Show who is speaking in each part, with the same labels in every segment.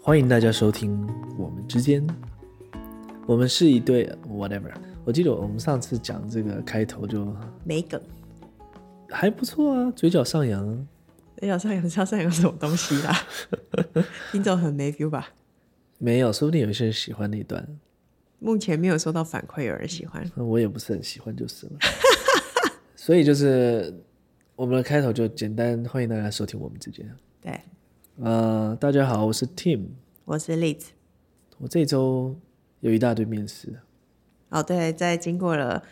Speaker 1: 欢迎大家收听我们之间，我们是一对 whatever。我记得我们上次讲这个开头就
Speaker 2: 没梗，
Speaker 1: 还不错啊，嘴角上扬啊。
Speaker 2: 哎呀，上扬上上扬什么东西 啦？听众很没 feel 吧？
Speaker 1: 没有，说不定有些人喜欢那一段，
Speaker 2: 目前没有收到反馈，有人喜欢。
Speaker 1: 那我也不是很喜欢就是了。所以就是我们的开头就简单，欢迎大家收听我们之间。
Speaker 2: 对，
Speaker 1: 呃，大家好，我是 Tim，
Speaker 2: 我是 Liz。
Speaker 1: 我这周有一大堆面试，
Speaker 2: 哦，对，在经过了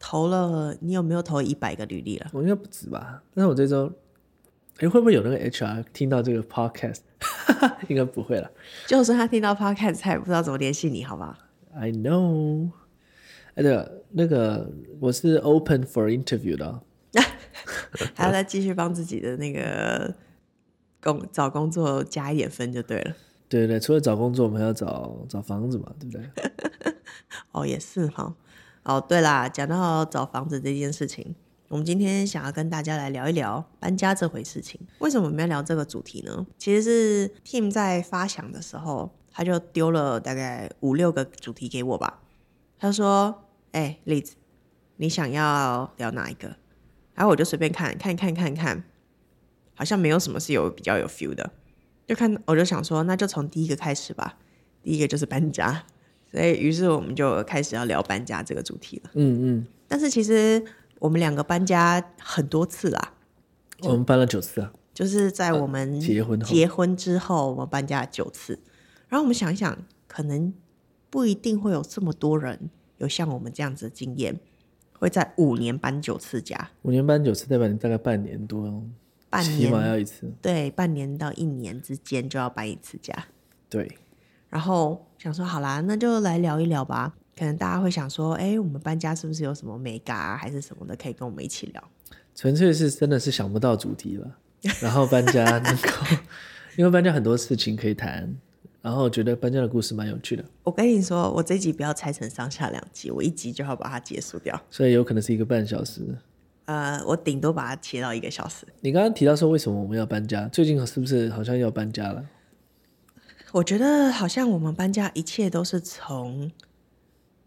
Speaker 2: 投了，你有没有投一百个履历了？
Speaker 1: 我应该不止吧？但是我这周，哎，会不会有那个 HR 听到这个 podcast？应该不会了。
Speaker 2: 就算他听到 podcast，他也不知道怎么联系你，好不好？
Speaker 1: I know。哎，对了，那个我是 open for interview 的哦，
Speaker 2: 还要再继续帮自己的那个工找工作加一点分就对了。
Speaker 1: 对对对，除了找工作，我们还要找找房子嘛，对不 对？
Speaker 2: 哦，也是哈。哦，对啦，讲到找房子这件事情，我们今天想要跟大家来聊一聊搬家这回事情。为什么我们要聊这个主题呢？其实是 Tim 在发想的时候，他就丢了大概五六个主题给我吧。他说：“哎、栗子，你想要聊哪一个？”然后我就随便看看看看看，好像没有什么是有比较有 feel 的。就看，我就想说，那就从第一个开始吧。第一个就是搬家。所以于是我们就开始要聊搬家这个主题了。
Speaker 1: 嗯
Speaker 2: 但是其实我们两个搬家很多次啦，
Speaker 1: 嗯，我们搬了九次啊，
Speaker 2: 就是在我们
Speaker 1: 结婚后
Speaker 2: 结婚之后，我们搬家九次。然后我们想一想，可能不一定会有这么多人有像我们这样子的经验，会在五年搬九次家，
Speaker 1: 五年搬九次，代表你大概半年多哦，
Speaker 2: 半
Speaker 1: 起码
Speaker 2: 年
Speaker 1: 要一次。
Speaker 2: 对半年到一年之间就要搬一次家。
Speaker 1: 对，
Speaker 2: 然后想说，好啦，那就来聊一聊吧。可能大家会想说，哎，我们搬家是不是有什么美嘎、啊、还是什么的，可以跟我们一起聊？
Speaker 1: 纯粹是真的是想不到主题 了，然后搬家能够， 因为搬家很多事情可以谈，然后觉得搬家的故事蛮有趣的，
Speaker 2: 我跟你说，我这一集不要拆成上下两集，我一集就要把它结束掉。
Speaker 1: 所以有可能是一个半小时。
Speaker 2: 呃，我顶多把它切到一个小时。
Speaker 1: 你刚刚提到说为什么我们要搬家，最近是不是好像要搬家了？
Speaker 2: 我觉得好像我们搬家一切都是从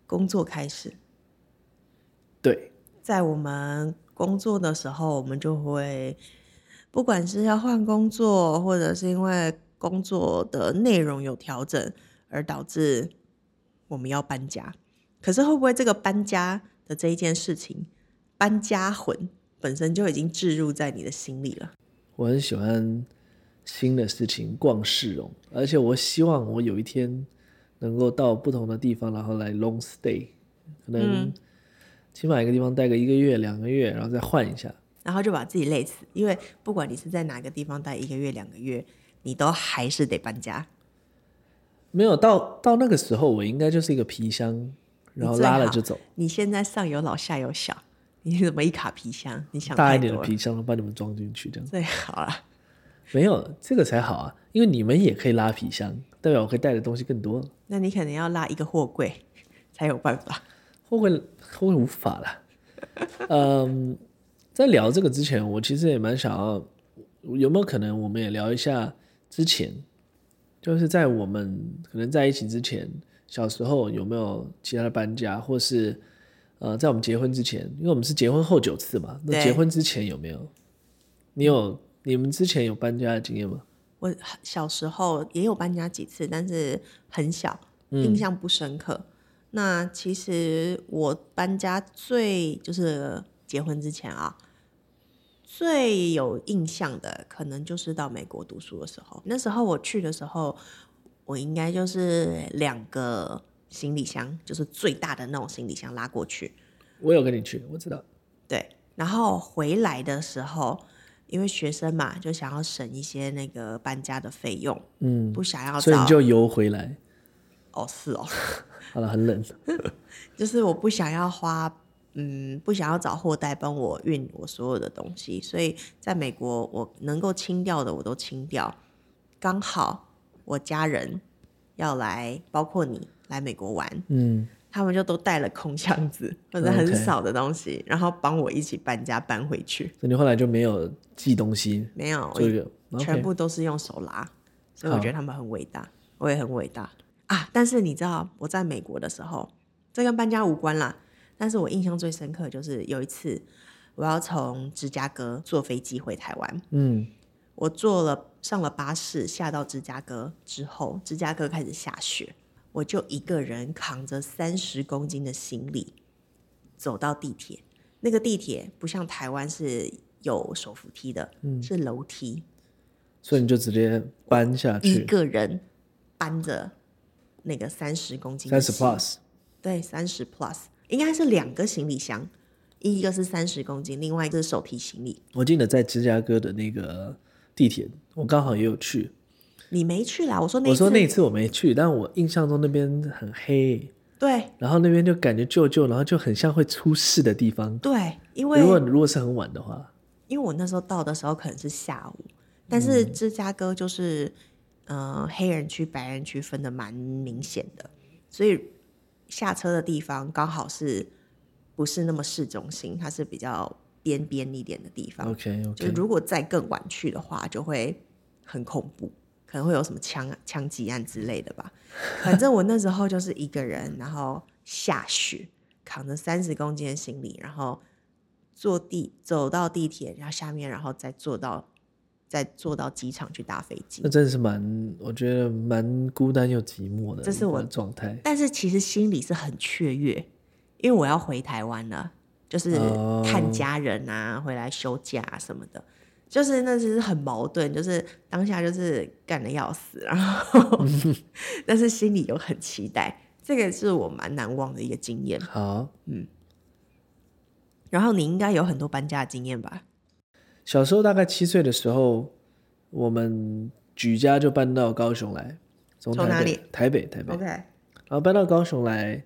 Speaker 2: 工作开始，
Speaker 1: 对，
Speaker 2: 在我们工作的时候，我们就会不管是要换工作，或者是因为工作的内容有调整，而导致我们要搬家。可是会不会这个搬家的这一件事情，搬家魂本身就已经置入在你的心里了？
Speaker 1: 我很喜欢新的事情，逛市容，而且我希望我有一天能够到不同的地方，然后来 long stay，可
Speaker 2: 嗯
Speaker 1: 能起码一个地方待个一个月、两个月，然后再换一下。
Speaker 2: 然后就把自己累死，因为不管你是在哪个地方待一个月、两个月，你都还是得搬家。
Speaker 1: 没有到到那个时候，我应该就是一个皮箱，然后拉了就走，
Speaker 2: 你现在上有老下有小，你怎么一卡皮箱？你想
Speaker 1: 大
Speaker 2: 太
Speaker 1: 一点的
Speaker 2: 多了
Speaker 1: 皮箱把你们装进去，这样
Speaker 2: 最 好了。
Speaker 1: 没有这个才好啊，因为你们也可以拉皮箱，代表我可以带的东西更多。
Speaker 2: 那你可能要拉一个货柜才有办法。
Speaker 1: 后悔后悔无法了。嗯，在聊这个之前，我其实也蛮想要，有没有可能我们也聊一下之前，就是在我们可能在一起之前，小时候有没有其他的搬家，或是呃，在我们结婚之前，因为我们是结婚后九次嘛，那
Speaker 2: 对
Speaker 1: 结婚之前有没有？你有你们之前有搬家的经验吗？
Speaker 2: 我小时候也有搬家几次，但是很小，印象不深刻。那其实我搬家最就是结婚之前啊，最有印象的可能就是到美国读书的时候。那时候我去的时候，我应该就是两个行李箱，就是最大的那种行李箱拉过去。
Speaker 1: 我有跟你去，我知道。
Speaker 2: 对，然后回来的时候，因为学生嘛，就想要省一些那个搬家的费用，
Speaker 1: 嗯，
Speaker 2: 不想要
Speaker 1: 所以你
Speaker 2: 找
Speaker 1: 就游回来。
Speaker 2: 哦是哦，
Speaker 1: 好了，很冷。
Speaker 2: 就是我不想要花，嗯，不想要找货代帮我运我所有的东西，所以在美国我能够清掉的我都清掉，刚好我家人要来，包括你来美国玩，
Speaker 1: 嗯，
Speaker 2: 他们就都带了空箱子或者很
Speaker 1: OK
Speaker 2: 少的东西然后帮我一起搬家搬回去，
Speaker 1: 所以你后来就没有寄东西，
Speaker 2: 没有，我
Speaker 1: 做一个 OK
Speaker 2: 全部都是用手拉，所以我觉得他们很伟大。我也很伟大啊。但是你知道我在美国的时候，这跟搬家无关啦。但是我印象最深刻就是有一次，我要从芝加哥坐飞机回台湾，
Speaker 1: 嗯，
Speaker 2: 我坐了上了巴士，下到芝加哥之后，芝加哥开始下雪，我就一个人扛着三十公斤的行李走到地铁。那个地铁不像台湾是有手扶梯的，是楼梯，
Speaker 1: 所以你就直接搬下
Speaker 2: 一
Speaker 1: 去，
Speaker 2: 个人搬着那个三十公斤
Speaker 1: 三
Speaker 2: 的
Speaker 1: 十
Speaker 2: 行
Speaker 1: plus，
Speaker 2: 对，三十 plus 应该是两个行李箱，一个是三十公斤，另外一个是手提行李。
Speaker 1: 我记得在芝加哥的那个地铁，我刚好也有去。
Speaker 2: 你没去啦？我说那一
Speaker 1: 我
Speaker 2: 次
Speaker 1: 说那次我没去，但我印象中那边很黑，
Speaker 2: 对
Speaker 1: 然后那边就感觉旧旧，然后就很像会出事的地方。
Speaker 2: 对，因为
Speaker 1: 如果如果是很晚的话，
Speaker 2: 因为我那时候到的时候可能是下午，但是芝加哥就是，呃，黑人区、白人区分的蛮明显的，所以下车的地方刚好是不是那么市中心，它是比较边边一点的地方。
Speaker 1: OK
Speaker 2: 就
Speaker 1: OK，
Speaker 2: 如果再更晚去的话，就会很恐怖，可能会有什么枪啊枪击案之类的吧。反正我那时候就是一个人，然后下雪，扛着三十公斤的行李，然后坐地走到地铁，然后下面，然后再坐到再坐到机场去搭飞机
Speaker 1: 那。真的是蛮，我觉得蛮孤单又寂寞的，
Speaker 2: 这是我
Speaker 1: 状态。
Speaker 2: 但是其实心里是很雀跃，因为我要回台湾了，就是
Speaker 1: 哦
Speaker 2: 看家人啊，回来休假、啊、什么的。就是那只是很矛盾，就是当下就是干的要死，然后但是心里又很期待，这个是我蛮难忘的一个经验。
Speaker 1: 好，
Speaker 2: 然后你应该有很多搬家的经验吧？
Speaker 1: 小时候大概七岁的时候，我们举家就搬到高雄来，从
Speaker 2: 从
Speaker 1: 台北
Speaker 2: 哪里
Speaker 1: 台北台北，
Speaker 2: OK，
Speaker 1: 然后搬到高雄来，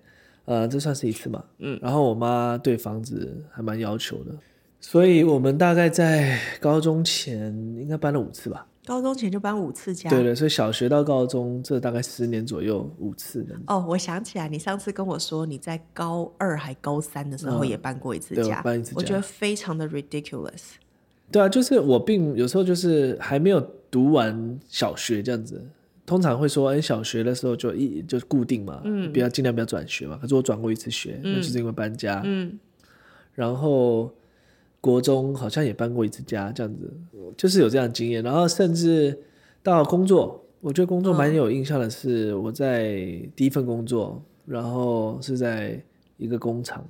Speaker 1: 呃，这算是一次嘛。嗯。然后我妈对房子还蛮要求的，所以我们大概在高中前应该搬了五次吧。
Speaker 2: 高中前就搬五次家。
Speaker 1: 对对，所以小学到高中这大概十年左右五次的。
Speaker 2: 哦，我想起来，你上次跟我说你在高二还高三的时候也搬过一次
Speaker 1: 嗯对我
Speaker 2: 家，
Speaker 1: 搬一次
Speaker 2: 我
Speaker 1: 家
Speaker 2: 觉得非常的 ridiculous。
Speaker 1: 对啊，就是我并有时候就是还没有读完小学这样子，通常会说，哎，小学的时候就一就是固定嘛，嗯，不要尽量不要转学嘛。可是我转过一次学，那就是因为搬家，
Speaker 2: 嗯，
Speaker 1: 然后国中好像也搬过一次家，这样子，就是有这样的经验。然后甚至到工作，我觉得工作蛮有印象的是我在第一份工作，然后是在一个工厂，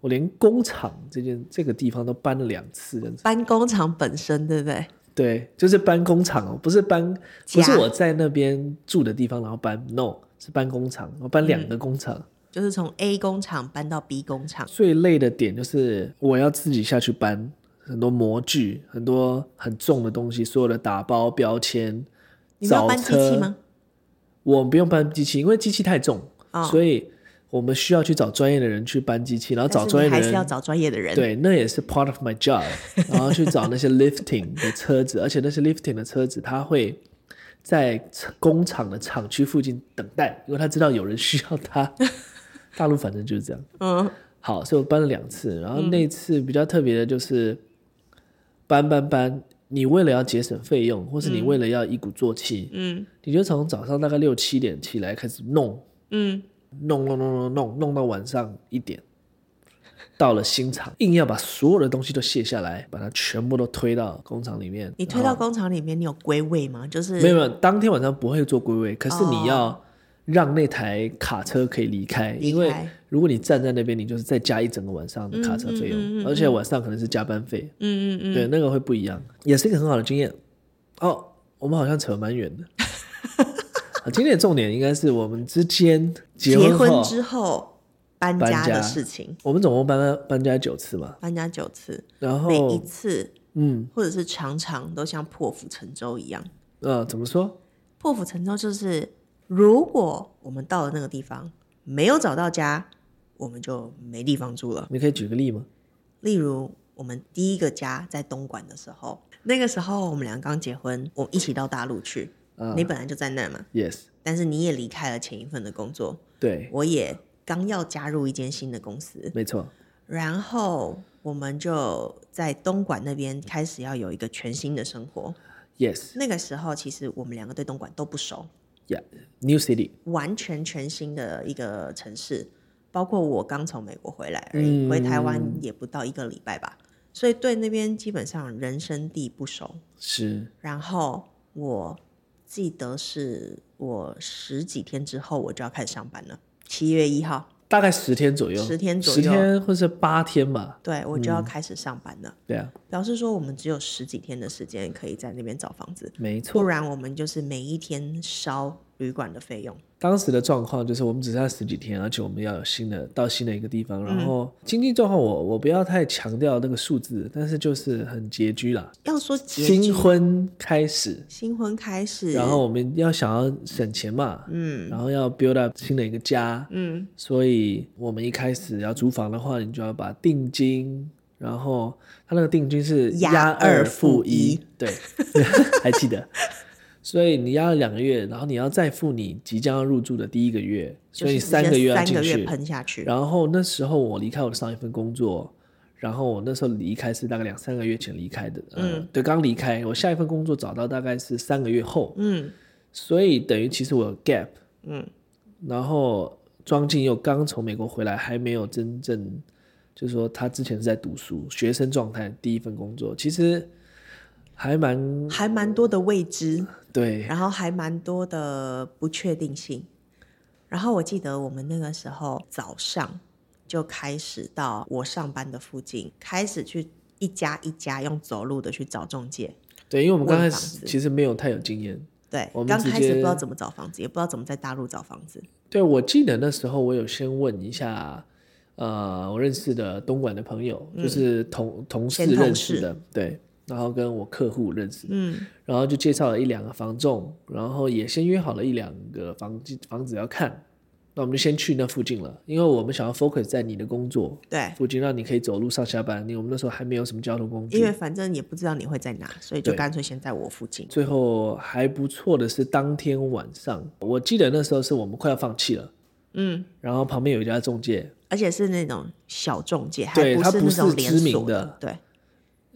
Speaker 1: 我连工厂这件这个地方都搬了两次，这样子。
Speaker 2: 搬工厂本身，对不对？
Speaker 1: 对，就是搬工厂哦，不是搬，
Speaker 2: 家
Speaker 1: 不是我在那边住的地方，然后搬，no，是搬工厂，我搬
Speaker 2: 嗯
Speaker 1: 两个工厂。
Speaker 2: 就是从 A 工厂搬到 B 工厂，
Speaker 1: 最累的点就是我要自己下去搬很多模具，很多很重的东西，所有的打包、标签、
Speaker 2: 你们要
Speaker 1: 找
Speaker 2: 搬机器
Speaker 1: 车，
Speaker 2: 吗？
Speaker 1: 我不用搬机器，因为机器太重，
Speaker 2: 哦
Speaker 1: 所以我们需要去找专业的人去搬机器，然后
Speaker 2: 但
Speaker 1: 找
Speaker 2: 是
Speaker 1: 专
Speaker 2: 你
Speaker 1: 业的
Speaker 2: 还是
Speaker 1: 人
Speaker 2: 要找专业的人。
Speaker 1: 对，那也是 part of my job，然后去找那些 lifting 的车子，而且那些 lifting 的车子，它会在工厂的厂区附近等待，因为他知道有人需要它。大陆反正就是这样。
Speaker 2: 嗯，
Speaker 1: 好，所以我搬了两次，然后那次比较特别的就是、搬搬搬，你为了要节省费用，或是你为了要一鼓作气，
Speaker 2: 嗯
Speaker 1: 你就从早上大概六七点起来开始弄
Speaker 2: 嗯，
Speaker 1: 弄弄弄弄弄弄到晚上一点，到了新厂，硬要把所有的东西都卸下来，把它全部都推到工厂里面。
Speaker 2: 你推到工厂里面，你有归位吗？就是
Speaker 1: 没有没有，当天晚上不会做归位，可是
Speaker 2: 哦
Speaker 1: 你要让那台卡车可以离开，
Speaker 2: 离
Speaker 1: 因为
Speaker 2: 开
Speaker 1: 如果你站在那边，你就是再加一整个晚上的卡车费用，
Speaker 2: 嗯嗯嗯嗯
Speaker 1: 而且晚上可能是加班费，
Speaker 2: 嗯嗯嗯，
Speaker 1: 对，那个会不一样，也是一个很好的经验。哦，我们好像扯蛮 远的。啊今天的重点应该是我们之间结
Speaker 2: 结
Speaker 1: 婚后，
Speaker 2: 婚之后搬
Speaker 1: 搬
Speaker 2: 家的
Speaker 1: 家
Speaker 2: 事情，
Speaker 1: 我们总共搬家搬家九次嘛，
Speaker 2: 搬家九次，
Speaker 1: 然
Speaker 2: 每一
Speaker 1: 后
Speaker 2: 次
Speaker 1: 嗯
Speaker 2: 或者是常常都像破釜沉舟一样。
Speaker 1: 呃怎么说？
Speaker 2: 破釜沉舟就是，如果我们到了那个地方没有找到家，我们就没地方住了。
Speaker 1: 你可以举个例吗？
Speaker 2: 例如，我们第一个家在东莞的时候，那个时候我们俩刚结婚，我们一起到大陆去。
Speaker 1: 啊
Speaker 2: 你本来就在那嘛，
Speaker 1: ，yes，
Speaker 2: 但是你也离开了前一份的工作，
Speaker 1: 对，
Speaker 2: 我也刚要加入一间新的公司，
Speaker 1: 没错，
Speaker 2: 然后我们就在东莞那边开始要有一个全新的生活。
Speaker 1: yes，
Speaker 2: 那个时候，其实我们两个对东莞都不熟，
Speaker 1: ，New City，
Speaker 2: 完全全新的一个城市，包括我刚从美国回来而已，
Speaker 1: 嗯
Speaker 2: 回台湾也不到一个礼拜吧，所以对那边基本上人生地不熟。
Speaker 1: 是
Speaker 2: 然后我记得是我十几天之后我就要开始上班了，七月一号，
Speaker 1: 大概十天左右，
Speaker 2: 10天左右
Speaker 1: 十天或是八天吧。
Speaker 2: 对我
Speaker 1: 嗯
Speaker 2: 就要开始上班了，
Speaker 1: 对啊，
Speaker 2: 表示说我们只有十几天的时间可以在那边找房子，
Speaker 1: 没
Speaker 2: 不
Speaker 1: 错。
Speaker 2: 然我们就是每一天烧旅馆的费用。
Speaker 1: 当时的状况就是我们只剩下十几天，而且我们要有新的到新的一个地方。
Speaker 2: 嗯
Speaker 1: 然后经济状况我我不要太强调那个数字，但是就是很拮据啦。
Speaker 2: 要说结
Speaker 1: 新婚开始，
Speaker 2: 新婚开始，
Speaker 1: 然后我们要想要省钱嘛，嗯，然后要 build up 新的一个家，
Speaker 2: 嗯，
Speaker 1: 所以我们一开始要租房的话，你就要把定金，然后它那个定金是
Speaker 2: 押
Speaker 1: 二
Speaker 2: 二付
Speaker 1: 一
Speaker 2: 一，
Speaker 1: 对， 还记 得。所以你押了两个月，然后你要再付你即将要入住的第一个月，
Speaker 2: 就
Speaker 1: 所以
Speaker 2: 是
Speaker 1: 你
Speaker 2: 直接
Speaker 1: 三个月要
Speaker 2: 三
Speaker 1: 进
Speaker 2: 个
Speaker 1: 去
Speaker 2: 月。喷下去，
Speaker 1: 然后那时候我离开我的上一份工作，然后我那时候离开是大概两三个月前离开的，呃、嗯，对，刚离开。我下一份工作找到大概是三个月后，
Speaker 2: 嗯，
Speaker 1: 所以等于其实我有 gap，嗯，然后庄敬又刚从美国回来，还没有真正就是说他之前是在读书，学生状态第一份工作，其实还蛮
Speaker 2: 还蛮多的未知，
Speaker 1: 对，
Speaker 2: 然后还蛮多的不确定性。然后我记得我们那个时候早上就开始到我上班的附近，开始去一家一家用走路的去找中介。
Speaker 1: 对，因为我们刚开
Speaker 2: 问房
Speaker 1: 始
Speaker 2: 子
Speaker 1: 其实没有太有经验，
Speaker 2: 对
Speaker 1: 我，们
Speaker 2: 刚
Speaker 1: 直
Speaker 2: 开始不知道
Speaker 1: 接
Speaker 2: 怎么找房子，也不知道怎么在大陆找房子。
Speaker 1: 对，我记得那时候我有先问一下，呃，我认识的东莞的朋友，就是同同事
Speaker 2: 前同
Speaker 1: 认识的，对，然后跟我客户认识，
Speaker 2: 嗯，
Speaker 1: 然后就介绍了一两个房仲，然后也先约好了一两个房子房子要看，那我们就先去那附近了，因为我们想要 focus 在你的工作
Speaker 2: 对，
Speaker 1: 附近，让你可以走路上下班。因为我们那时候还没有什么交通工具，
Speaker 2: 因为反正也不知道你会在哪，所以就
Speaker 1: 对
Speaker 2: 干脆先在我附近。
Speaker 1: 最后还不错的是，当天晚上我记得那时候是我们快要放弃了，
Speaker 2: 嗯，
Speaker 1: 然后旁边有一家中介，
Speaker 2: 而且是那种小中介，还
Speaker 1: 对它
Speaker 2: 是
Speaker 1: 不
Speaker 2: 那
Speaker 1: 是
Speaker 2: 种连
Speaker 1: 知名
Speaker 2: 锁
Speaker 1: 的
Speaker 2: 对，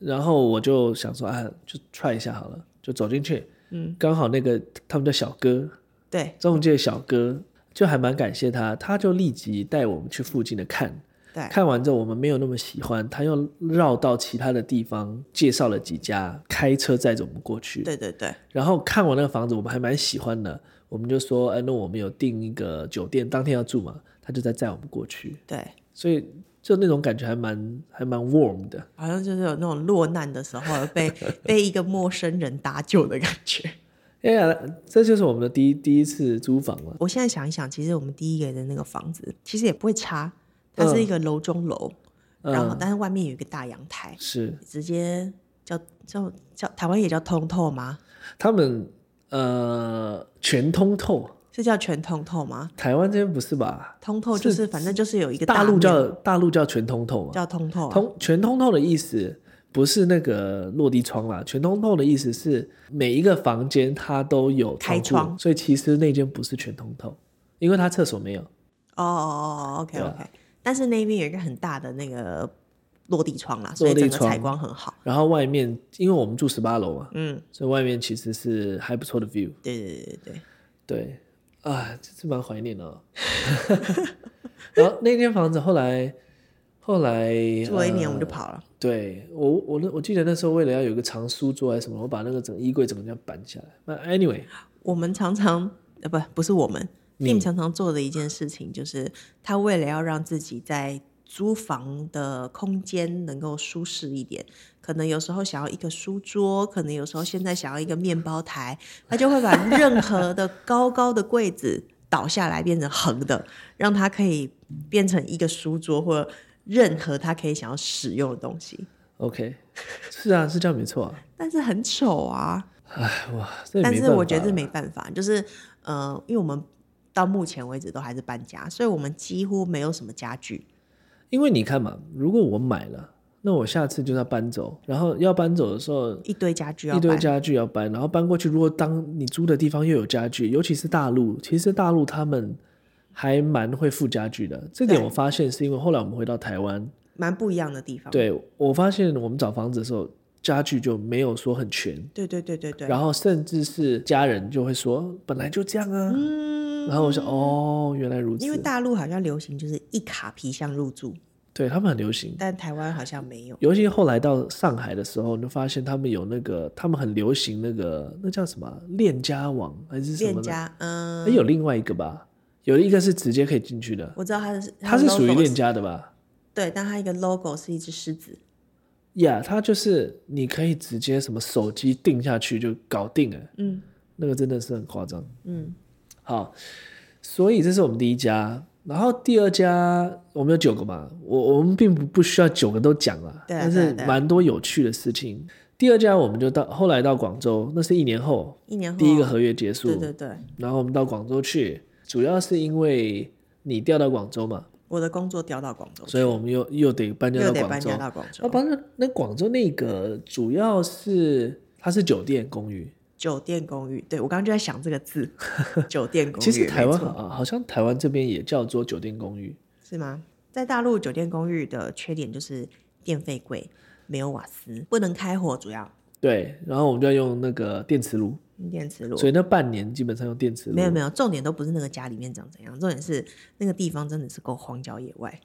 Speaker 1: 然后我就想说啊，就 try 一下好了，就走进去。嗯，刚好那个他们叫小哥，
Speaker 2: 对
Speaker 1: 中介小哥，就还蛮感谢他，他就立即带我们去附近的看。
Speaker 2: 对
Speaker 1: 看完之后我们没有那么喜欢，他又绕到其他的地方介绍了几家，开车载着我们过去。
Speaker 2: 对对对，
Speaker 1: 然后看完那个房子，我们还蛮喜欢的，我们就说，哎，那我们有订一个酒店，当天要住嘛，他就在载我们过去，
Speaker 2: 对，
Speaker 1: 所以就那种感觉还蛮还蛮 warm 的。
Speaker 2: 好像就是有那种落难的时候 被被一个陌生人搭救的感觉。
Speaker 1: 哎呀，这就是我们的第一第一次租房了。
Speaker 2: 我现在想一想，其实我们第一个的那个房子其实也不会差，它是一个楼中楼，然后
Speaker 1: 嗯，
Speaker 2: 但是外面有一个大阳台，
Speaker 1: 是
Speaker 2: 直接叫叫叫台湾也叫通透吗？
Speaker 1: 他们呃全通透，
Speaker 2: 是叫全通透吗？
Speaker 1: 台湾这边不是吧？
Speaker 2: 通透就是是反正就是有一个
Speaker 1: 大陆
Speaker 2: 面
Speaker 1: 叫大陆叫全通透嘛，
Speaker 2: 叫通透啊、
Speaker 1: 通全通透的意思不是那个落地窗啦，全通透的意思是每一个房间它都有
Speaker 2: 开
Speaker 1: 户
Speaker 2: 窗
Speaker 1: 所以其实那间不是全通透，因为它厕所没有。
Speaker 2: 哦哦哦，OK
Speaker 1: 对
Speaker 2: OK，、
Speaker 1: 啊
Speaker 2: 但是那边有一个很大的那个落地窗啦，所以
Speaker 1: 落地
Speaker 2: 整个采
Speaker 1: 窗
Speaker 2: 光很好。
Speaker 1: 然后外面，因为我们住十八楼嘛，
Speaker 2: 嗯，
Speaker 1: 所以外面其实是还不错的 view。
Speaker 2: 对对对对对，
Speaker 1: 对，啊，这是蛮怀念 的、哦。 然后那间房子后来，后来
Speaker 2: 住了一年我们就
Speaker 1: 呃
Speaker 2: 跑了。
Speaker 1: 对我我那我记得那时候为了要有一个藏书桌还是什么，我把那个整个衣柜整个这样搬下来。那 anyway，
Speaker 2: 我们常常呃不不是我们
Speaker 1: 你
Speaker 2: Tim 常常做的一件事情，就是他为了要让自己在租房的空间能够舒适一点，可能有时候想要一个书桌，可能有时候现在想要一个面包台，他就会把任何的高高的柜子倒下来变成横的，让它可以变成一个书桌或任何他可以想要使用的东西，
Speaker 1: OK，是啊，是这样没错啊。
Speaker 2: 但是很丑啊。
Speaker 1: 哎哇，这也
Speaker 2: 但
Speaker 1: 没
Speaker 2: 是
Speaker 1: 办
Speaker 2: 我
Speaker 1: 法
Speaker 2: 觉得
Speaker 1: 了
Speaker 2: 没办法，就是呃，因为我们到目前为止都还是搬家，所以我们几乎没有什么家具。
Speaker 1: 因为你看嘛，如果我买了，那我下次就要搬走，然后要搬走的时候，
Speaker 2: 一堆家具要
Speaker 1: 一堆
Speaker 2: 搬，
Speaker 1: 家具要搬，然后搬过去，如果当你租的地方又有家具，尤其是大陆，其实大陆他们还蛮会附家具的。这点
Speaker 2: 对
Speaker 1: 我发现是因为后来我们回到台湾，
Speaker 2: 蛮不一样的地方。
Speaker 1: 对我发现我们找房子的时候，家具就没有说很全，
Speaker 2: 对对对对对，
Speaker 1: 然后甚至是家人就会说本来就这样啊，然后我想哦，原来如
Speaker 2: 嗯因为
Speaker 1: 此，
Speaker 2: 大陆好像流行就是一卡皮箱入住，
Speaker 1: 对他们很流行。
Speaker 2: 但台湾好像没有。
Speaker 1: 尤其后来到上海的时候，你就发现他们有那个，他们很流行那个，那叫什么啊链家网还是什么
Speaker 2: 店
Speaker 1: 的？
Speaker 2: 家，嗯
Speaker 1: 哎，，有另外一个吧，有一个是直接可以进去的，
Speaker 2: 我知道它是
Speaker 1: 它是属于
Speaker 2: logo
Speaker 1: 链家的吧
Speaker 2: 对，但它一个 logo 是一只狮子，
Speaker 1: ？Yeah，它就是你可以直接什么手机定下去就搞定了，
Speaker 2: 嗯
Speaker 1: 那个真的是很夸张。
Speaker 2: 嗯，
Speaker 1: 好，所以这是我们第一家，然后第二家我们有九个嘛，我我们并不不需要九个都讲了，
Speaker 2: 对啊
Speaker 1: 但
Speaker 2: 对啊
Speaker 1: 是
Speaker 2: 对啊
Speaker 1: 蛮多有趣的事情。第二家我们就到后来到广州，那是一年后
Speaker 2: 一年后
Speaker 1: 第一个合约结束，
Speaker 2: 对对对，
Speaker 1: 然后我们到广州去，主要是因为你调到广州嘛，
Speaker 2: 我的工作调到广州去，
Speaker 1: 所以我们又又得搬家
Speaker 2: 嗯又
Speaker 1: 到
Speaker 2: 得
Speaker 1: 广
Speaker 2: 搬
Speaker 1: 州
Speaker 2: 家。到广
Speaker 1: 那
Speaker 2: 州，
Speaker 1: 搬到那广州那个主要是它是酒店公寓，
Speaker 2: 酒店公寓，对我刚刚就在想这个 字，酒店公寓，
Speaker 1: 其实台湾
Speaker 2: 没
Speaker 1: 好
Speaker 2: 错
Speaker 1: 好像台湾这边也叫做酒店公寓。
Speaker 2: 是吗？在大陆酒店公寓的缺点就是电费贵，没有瓦斯，不能开火，主要
Speaker 1: 对，然后我们就要用那个电磁炉，
Speaker 2: 电磁炉。
Speaker 1: 所以那半年基本上用电磁炉。
Speaker 2: 没有没有，重点都不是那个家里面长怎样，重点是那个地方真的是够荒郊野外，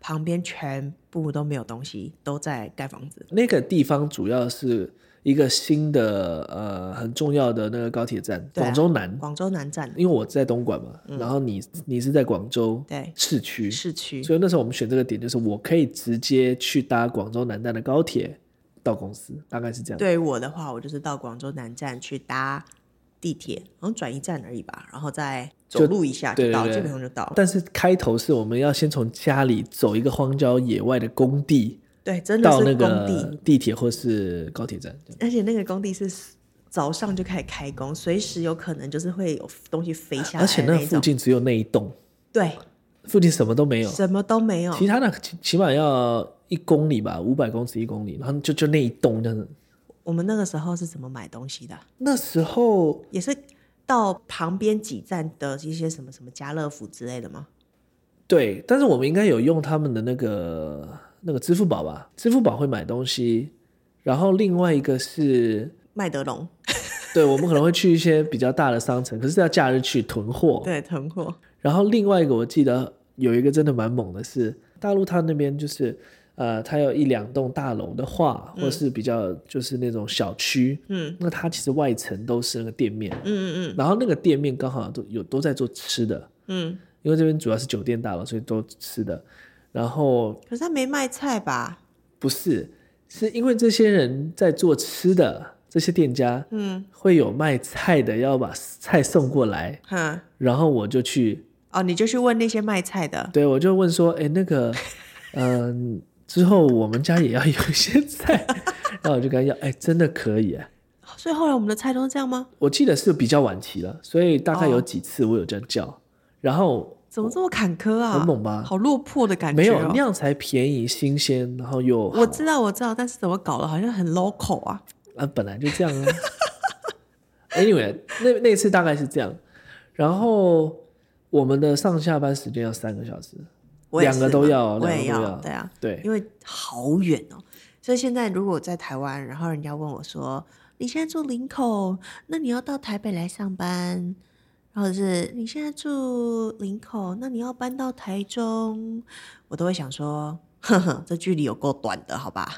Speaker 2: 旁边全部都没有东西，都在盖房子。
Speaker 1: 那个地方主要是一个新的呃很重要的那个高铁站，
Speaker 2: 对啊嗯
Speaker 1: 广州南，
Speaker 2: 广州南站
Speaker 1: 因为我在东莞嘛，然后你你是在广州
Speaker 2: 对
Speaker 1: 市区，
Speaker 2: 市区，
Speaker 1: 所以那时候我们选这个点就是我可以直接去搭广州南站的高铁到公司，大概是这样。
Speaker 2: 对于我的话，我就是到广州南站去搭地铁，好像转一站而已吧，然后再走
Speaker 1: 就
Speaker 2: 路一下
Speaker 1: 对对
Speaker 2: 就到，
Speaker 1: 对
Speaker 2: 基本上就到了。
Speaker 1: 但是开头是我们要先从家里走一个荒郊野外的工地
Speaker 2: 对，真的
Speaker 1: 到
Speaker 2: 是
Speaker 1: 那
Speaker 2: 工地，
Speaker 1: 个地铁或是高铁站，
Speaker 2: 而且那个工地是早上就开始开工，随时有可能就是会有东西飞下来
Speaker 1: 而且
Speaker 2: 的
Speaker 1: 那
Speaker 2: 那
Speaker 1: 附
Speaker 2: 种。
Speaker 1: 近只有那一栋，
Speaker 2: 对，
Speaker 1: 附近什么都没有，
Speaker 2: 什么都没有。
Speaker 1: 其他的起起码要一公里吧，五百公尺一公里，然后就就那一栋这样子。
Speaker 2: 我们那个时候是怎么买东西的啊？
Speaker 1: 那时候
Speaker 2: 也是到旁边几站的一些什么什么家乐福之类的吗？
Speaker 1: 对，但是我们应该有用他们的那个那个支付宝吧，支付宝会买东西，然后另外一个是。
Speaker 2: 麦德龙，
Speaker 1: 对，我们可能会去一些比较大的商城，可是要假日去囤货。
Speaker 2: 对，囤货，
Speaker 1: 然后另外一个我记得有一个真的蛮猛的是，大陆它那边就是，呃，它有一两栋大楼的话，或是比较就是那种小区，
Speaker 2: 嗯
Speaker 1: 那它其实外层都是那个店面，
Speaker 2: 嗯嗯
Speaker 1: 然后那个店面刚好都有都在做吃的，
Speaker 2: 嗯
Speaker 1: 因为这边主要是酒店大楼，所以都吃的。然后
Speaker 2: 嗯，可是他没卖菜吧？
Speaker 1: 不是，是因为这些人在做吃的，这些店家
Speaker 2: 嗯
Speaker 1: 会有卖菜的，要把菜送过来，
Speaker 2: 哼，
Speaker 1: 然后我就去，
Speaker 2: 哦，你就去问那些卖菜的，
Speaker 1: 对我就问说，哎，那个，嗯、之后我们家也要有一些菜， 然后我就跟他要，哎，真的可以、啊。
Speaker 2: 所以后来我们的菜都是这样吗？
Speaker 1: 我记得是比较晚期了，所以大概有
Speaker 2: 哦
Speaker 1: 几次我有这样叫，然后
Speaker 2: 怎么这么坎坷啊？
Speaker 1: 很猛吧
Speaker 2: 好落魄的感觉、
Speaker 1: 没有
Speaker 2: 哦。
Speaker 1: 那样才便宜、新鲜，然后又好
Speaker 2: 我知道我知道，但是怎么搞的，好像很 local 啊？
Speaker 1: 啊，本来就这样啊。anyway，那那次大概是这样，然后我们的上下班时间要三个小时，
Speaker 2: 我也
Speaker 1: 两个
Speaker 2: 是
Speaker 1: 都
Speaker 2: 嘛
Speaker 1: 要哦
Speaker 2: 我也
Speaker 1: 两个都要
Speaker 2: 对啊，
Speaker 1: 对
Speaker 2: 因为好远哦。所以现在如果我在台湾，然后人家问我说：“你现在住林口，那你要到台北来上班，或者是你现在住林口，那你要搬到台中？”我都会想说：“呵呵，这距离有够短的，好吧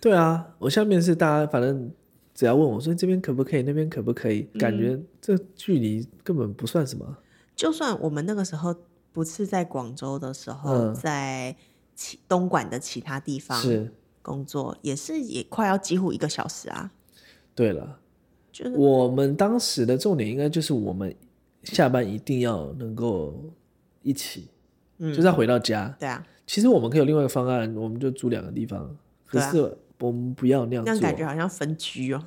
Speaker 1: 对啊，我下面是大家反正只要问我说这边可不可以，那边可不可以，
Speaker 2: 嗯
Speaker 1: 感觉这距离根本不算什么。？”
Speaker 2: 就算我们那个时候不是在广州的时候，
Speaker 1: 嗯
Speaker 2: 在其东莞的其他地方
Speaker 1: 是，
Speaker 2: 工作，也是也快要几乎一个小时啊，
Speaker 1: 对了，
Speaker 2: 就是
Speaker 1: 我们当时的重点应该就是我们下班一定要能够一起，
Speaker 2: 嗯
Speaker 1: 就是要回到家。
Speaker 2: 对啊，
Speaker 1: 其实我们可以有另外一个方案，我们就租两个地方，可
Speaker 2: 对啊
Speaker 1: 是我们不要那样
Speaker 2: 那样
Speaker 1: 做
Speaker 2: 感。觉好像分居哦。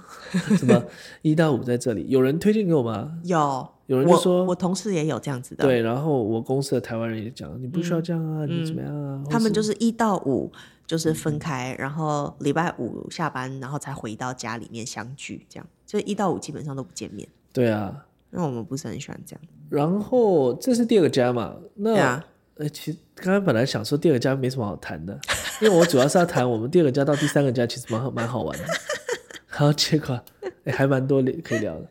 Speaker 1: 什 么一到五在这里，有人推荐给我吗？
Speaker 2: 有
Speaker 1: 有人就
Speaker 2: 我
Speaker 1: 说
Speaker 2: 我同事也有这样子的，，
Speaker 1: 对，然后我公司的台湾人也讲，你不需要这样啊，你怎么样啊？或
Speaker 2: 嗯他们
Speaker 1: 是
Speaker 2: 就是一到五就是分开，然后礼拜五下班，然后才回到家里面相聚，这样，所以一到五基本上都不见面。
Speaker 1: 对啊。
Speaker 2: 那我们不是很喜欢这样，
Speaker 1: 然后这是第二个家嘛，那
Speaker 2: 对啊，
Speaker 1: 呃，其实刚刚本来想说第 二个家没什么好谈的，因为我主要是要谈我们第二个家到第三个家其实蛮好蛮好玩的，然后结果、哎还蛮多可以聊的。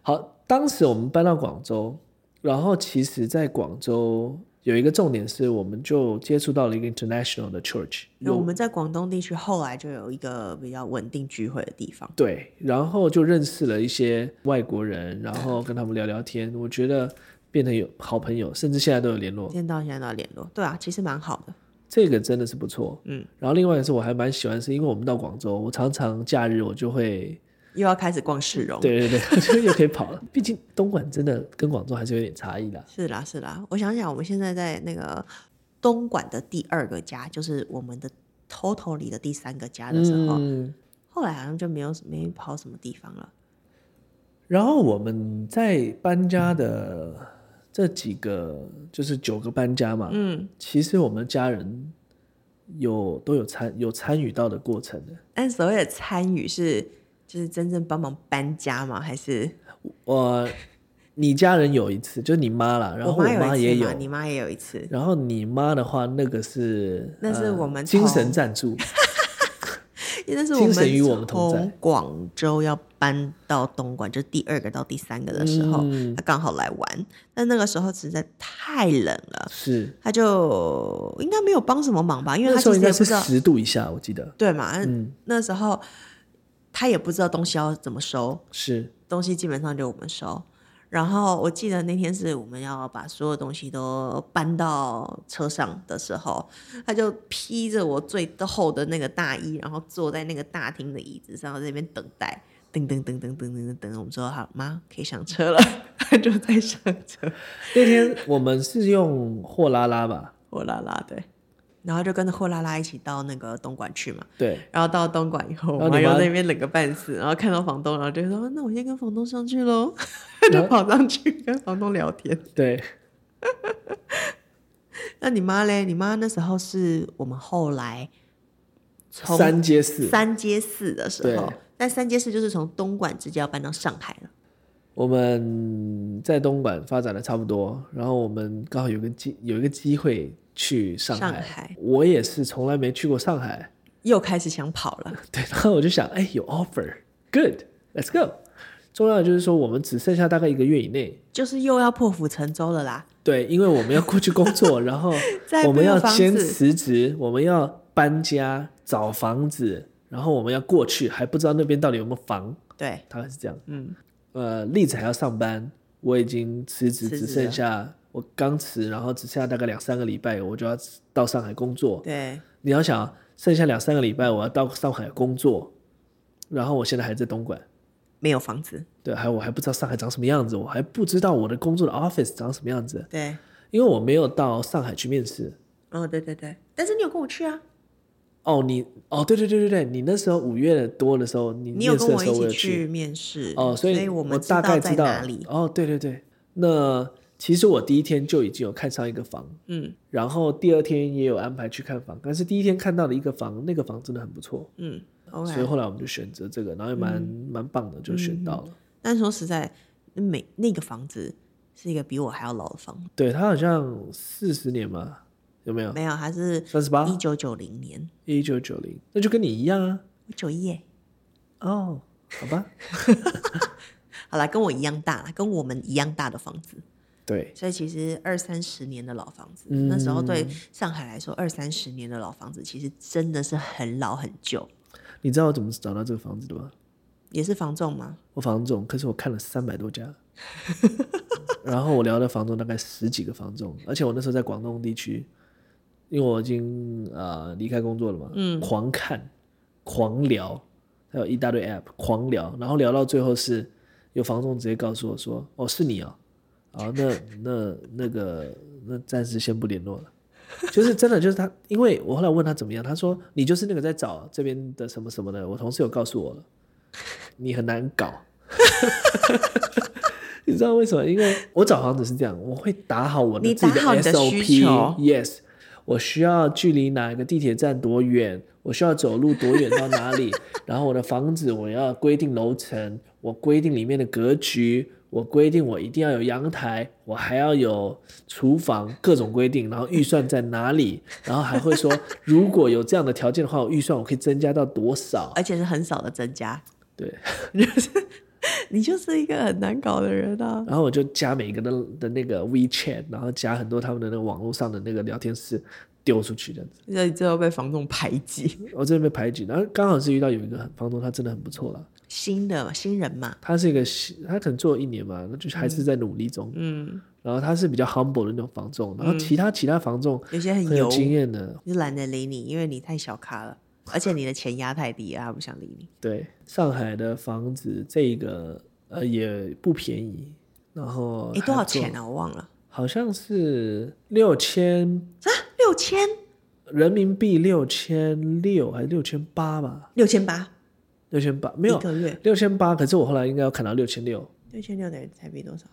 Speaker 1: 好，当时我们搬到广州，然后其实在广州有一个重点是，我们就接触到了一个 international 的 church，
Speaker 2: 那我们在广东地区后来就有一个比较稳定聚会的地方，
Speaker 1: 对，然后就认识了一些外国人，然后跟他们聊聊天，我觉得变得有好朋友，甚至现在都有联络，
Speaker 2: 现在到现在都有联络。对啊，其实蛮好的。
Speaker 1: 这个真的是不错。嗯，然后另外一个是我还蛮喜欢，是因为我们到广州，我常常假日我就会
Speaker 2: 又要开始逛市容，
Speaker 1: 对对对，就又可以跑了。 毕竟东莞真的跟广州还是有点差异 的。
Speaker 2: 是啦是啦。我想想，我们现在在那个东莞的第二个家，就是我们的 Total 里的第三个家的时候，
Speaker 1: 嗯，
Speaker 2: 后来好像就没有没跑什么地方了。
Speaker 1: 然后我们在搬家的这几个，就是九个搬家嘛，
Speaker 2: 嗯，
Speaker 1: 其实我们家人有都有参有参与到的过程的。
Speaker 2: 但所谓的参与是就是真正帮忙搬家吗？还是
Speaker 1: 我，你家人有一次，就是你妈啦，然后
Speaker 2: 我妈
Speaker 1: 妈
Speaker 2: 有一
Speaker 1: 也
Speaker 2: 次
Speaker 1: 有
Speaker 2: 嘛，，你妈也有一次，
Speaker 1: 然后你妈的话，那个是
Speaker 2: 那是
Speaker 1: 呃
Speaker 2: 我们
Speaker 1: 精神
Speaker 2: 同
Speaker 1: 赞助，
Speaker 2: 因为那是
Speaker 1: 精神与我
Speaker 2: 我
Speaker 1: 们
Speaker 2: 们
Speaker 1: 同在
Speaker 2: 从广州要搬到东莞，就第二个到第三个的时候，
Speaker 1: 嗯
Speaker 2: 他刚好来玩，但那个时候实在太冷了，
Speaker 1: 是
Speaker 2: 他就应该没有帮什么忙吧，因为
Speaker 1: 那
Speaker 2: 他
Speaker 1: 时
Speaker 2: 其
Speaker 1: 候
Speaker 2: 实
Speaker 1: 应
Speaker 2: 也
Speaker 1: 该是
Speaker 2: 不知道，
Speaker 1: 十度以下，我记得
Speaker 2: 对嘛，
Speaker 1: 嗯
Speaker 2: 那时候他也不知道东西要怎么收，
Speaker 1: 是
Speaker 2: 东西基本上就我们收。然后我记得那天是我们要把所有东西都搬到车上的时候，他就披着我最厚的那个大衣，然后坐在那个大厅的椅子上，在那边等待。噔噔噔噔噔噔噔噔，我们说好妈可以上车了， 他就在上车，
Speaker 1: 那天我们是用货拉拉吧，
Speaker 2: 货拉拉对，然后就跟着货拉拉一起到那个东莞去嘛。
Speaker 1: 对，
Speaker 2: 然后到东莞以后，
Speaker 1: 然后
Speaker 2: 我
Speaker 1: 你
Speaker 2: 妈又
Speaker 1: 妈
Speaker 2: 在那边冷个半死，然后看到房东，然后就说：“那我先跟房东上去喽。”
Speaker 1: 然
Speaker 2: 就
Speaker 1: 后
Speaker 2: 跑上去跟房东聊天。
Speaker 1: 对，
Speaker 2: 那你妈嘞？你妈那时候是我们后来从
Speaker 1: 三街四，
Speaker 2: 三街四的时候
Speaker 1: 对，
Speaker 2: 但三街四就是从东莞直接要搬到上海了。
Speaker 1: 我们在东莞发展的差不多，然后我们刚好有个机有一个机会去上海，
Speaker 2: 上海
Speaker 1: 我也是从来没去过上海，
Speaker 2: 又开始想跑了，
Speaker 1: 对，然后我就想，哎，有 offer，good，let's go。重要的就是说，我们只剩下大概一个月以内，
Speaker 2: 就是又要破釜沉舟了啦。
Speaker 1: 对，因为我们要过去工 作，然后
Speaker 2: 再
Speaker 1: 我们
Speaker 2: 没有
Speaker 1: 要
Speaker 2: 房
Speaker 1: 先
Speaker 2: 子
Speaker 1: 辞职，我们要搬家找房子，然后我们要过去，还不知道那边到底有没有房，
Speaker 2: 对，
Speaker 1: 大概是这样。
Speaker 2: 嗯，
Speaker 1: 呃，栗子还要上班，我已经辞职，
Speaker 2: 辞
Speaker 1: 只
Speaker 2: 职
Speaker 1: 剩
Speaker 2: 了
Speaker 1: 下我刚辞，然后只剩下大概两三个礼拜，我就要到上海工作。
Speaker 2: 对，
Speaker 1: 你要想，剩下两三个礼拜我要到上海工作，然后我现在还在东莞。
Speaker 2: 没有房子，
Speaker 1: 对，还有我还不知道上海长什么样子，我还不知道我的工作的 office 长什么样子，
Speaker 2: 对，
Speaker 1: 因为我没有到上海去面试。
Speaker 2: 哦，对对对，但是你有跟我去啊？
Speaker 1: 哦，你哦，对对对对对，你那时候五月多的时候，你
Speaker 2: 你有
Speaker 1: 面试
Speaker 2: 跟
Speaker 1: 的
Speaker 2: 我
Speaker 1: 时候
Speaker 2: 一
Speaker 1: 我有
Speaker 2: 起
Speaker 1: 去
Speaker 2: 去面试
Speaker 1: 哦，
Speaker 2: 所
Speaker 1: 以
Speaker 2: 我
Speaker 1: 我
Speaker 2: 们
Speaker 1: 大概
Speaker 2: 在
Speaker 1: 知道
Speaker 2: 哪里。
Speaker 1: 哦，对对对，那其实我第一天就已经有看上一个房，
Speaker 2: 嗯
Speaker 1: 然后第二天也有安排去看房，但是第一天看到了一个房，那个房真的很不错，
Speaker 2: 嗯
Speaker 1: 所以
Speaker 2: ，OK。
Speaker 1: 后来我们就选择这个，然后也蛮、
Speaker 2: 嗯
Speaker 1: 蛮棒的，就选到了。
Speaker 2: 但说实在，每那个房子是一个比我还要老的房子，
Speaker 1: 对，它好像四十年嘛，有没有？
Speaker 2: 没有，它是
Speaker 1: 三十八
Speaker 2: 一，九九零年，
Speaker 1: 一九九零，那就跟你一样啊。
Speaker 2: 我九一耶。
Speaker 1: 哦，好吧，
Speaker 2: 好啦，跟我一样大啦，跟我们一样大的房子，
Speaker 1: 对，
Speaker 2: 所以其实二三十年的老房子，
Speaker 1: 嗯
Speaker 2: 那时候对上海来说，二三十年的老房子其实真的是很老很旧，
Speaker 1: 你知道我怎么找到这个房子的吗？
Speaker 2: 也是房仲嘛。
Speaker 1: 我房仲，可是我看了三百多家，然后我聊的房仲大概十几个房仲，而且我那时候在广东地区，因为我已经呃离开工作了嘛，嗯，狂看、狂聊，还有一大堆 app 狂聊，然后聊到最后是有房仲直接告诉我说，哦是你哦，啊 那那那个那暂时先不联络了。就是真的，就是他，因为我后来问他怎么样，他说你就是那个在找这边的什么什么的，我同事有告诉我了，你很难搞。 你知道为什么？因为我找房子是这样，我会打好我的
Speaker 2: 你
Speaker 1: 自己
Speaker 2: 打好你的
Speaker 1: SOP
Speaker 2: 需求
Speaker 1: Yes，我需要距离哪个地铁站多远，我需要走路多远到哪里， 然后我的房子我要规定楼层，我规定里面的格局，我规定我一定要有阳台，我还要有厨房，各种规定，然后预算在哪里，然后还会说如果有这样的条件的话，我预算我可以增加到多少。
Speaker 2: 而且是很少的增加，
Speaker 1: 对，
Speaker 2: 你就是一个很难搞的人啊。
Speaker 1: 然后我就加每个的的那个 WeChat，然后加很多他们的那个网络上的那个聊天室丢出去这样子。
Speaker 2: 那你最后被房东排挤，
Speaker 1: 我真的被排挤，然后刚好是遇到有一个很房东，他真的很不错啦。
Speaker 2: 新的新人嘛，
Speaker 1: 他是一个新，他可能做了一年嘛，那就是还是在努力中。
Speaker 2: 嗯，
Speaker 1: 然后他是比较 humble 的那种房仲，然后其他、其他房仲
Speaker 2: 有嗯些很
Speaker 1: 很
Speaker 2: 油
Speaker 1: 有，经验的，
Speaker 2: 就懒得理你，因为你太小咖了，而且你的钱压太低了，他不想理你。
Speaker 1: 对上海的房子这个呃也不便宜，然后
Speaker 2: 哎，多少
Speaker 1: 还不错
Speaker 2: 钱？啊？我忘了，啊
Speaker 1: 好像是六千
Speaker 2: 六千，
Speaker 1: 人民币六千六还是六千八吧？
Speaker 2: 六千八，
Speaker 1: 六千八没有
Speaker 2: 一个月，
Speaker 1: 六千八，可是我后来应该要砍到六千六，
Speaker 2: 六千六等于台币多少？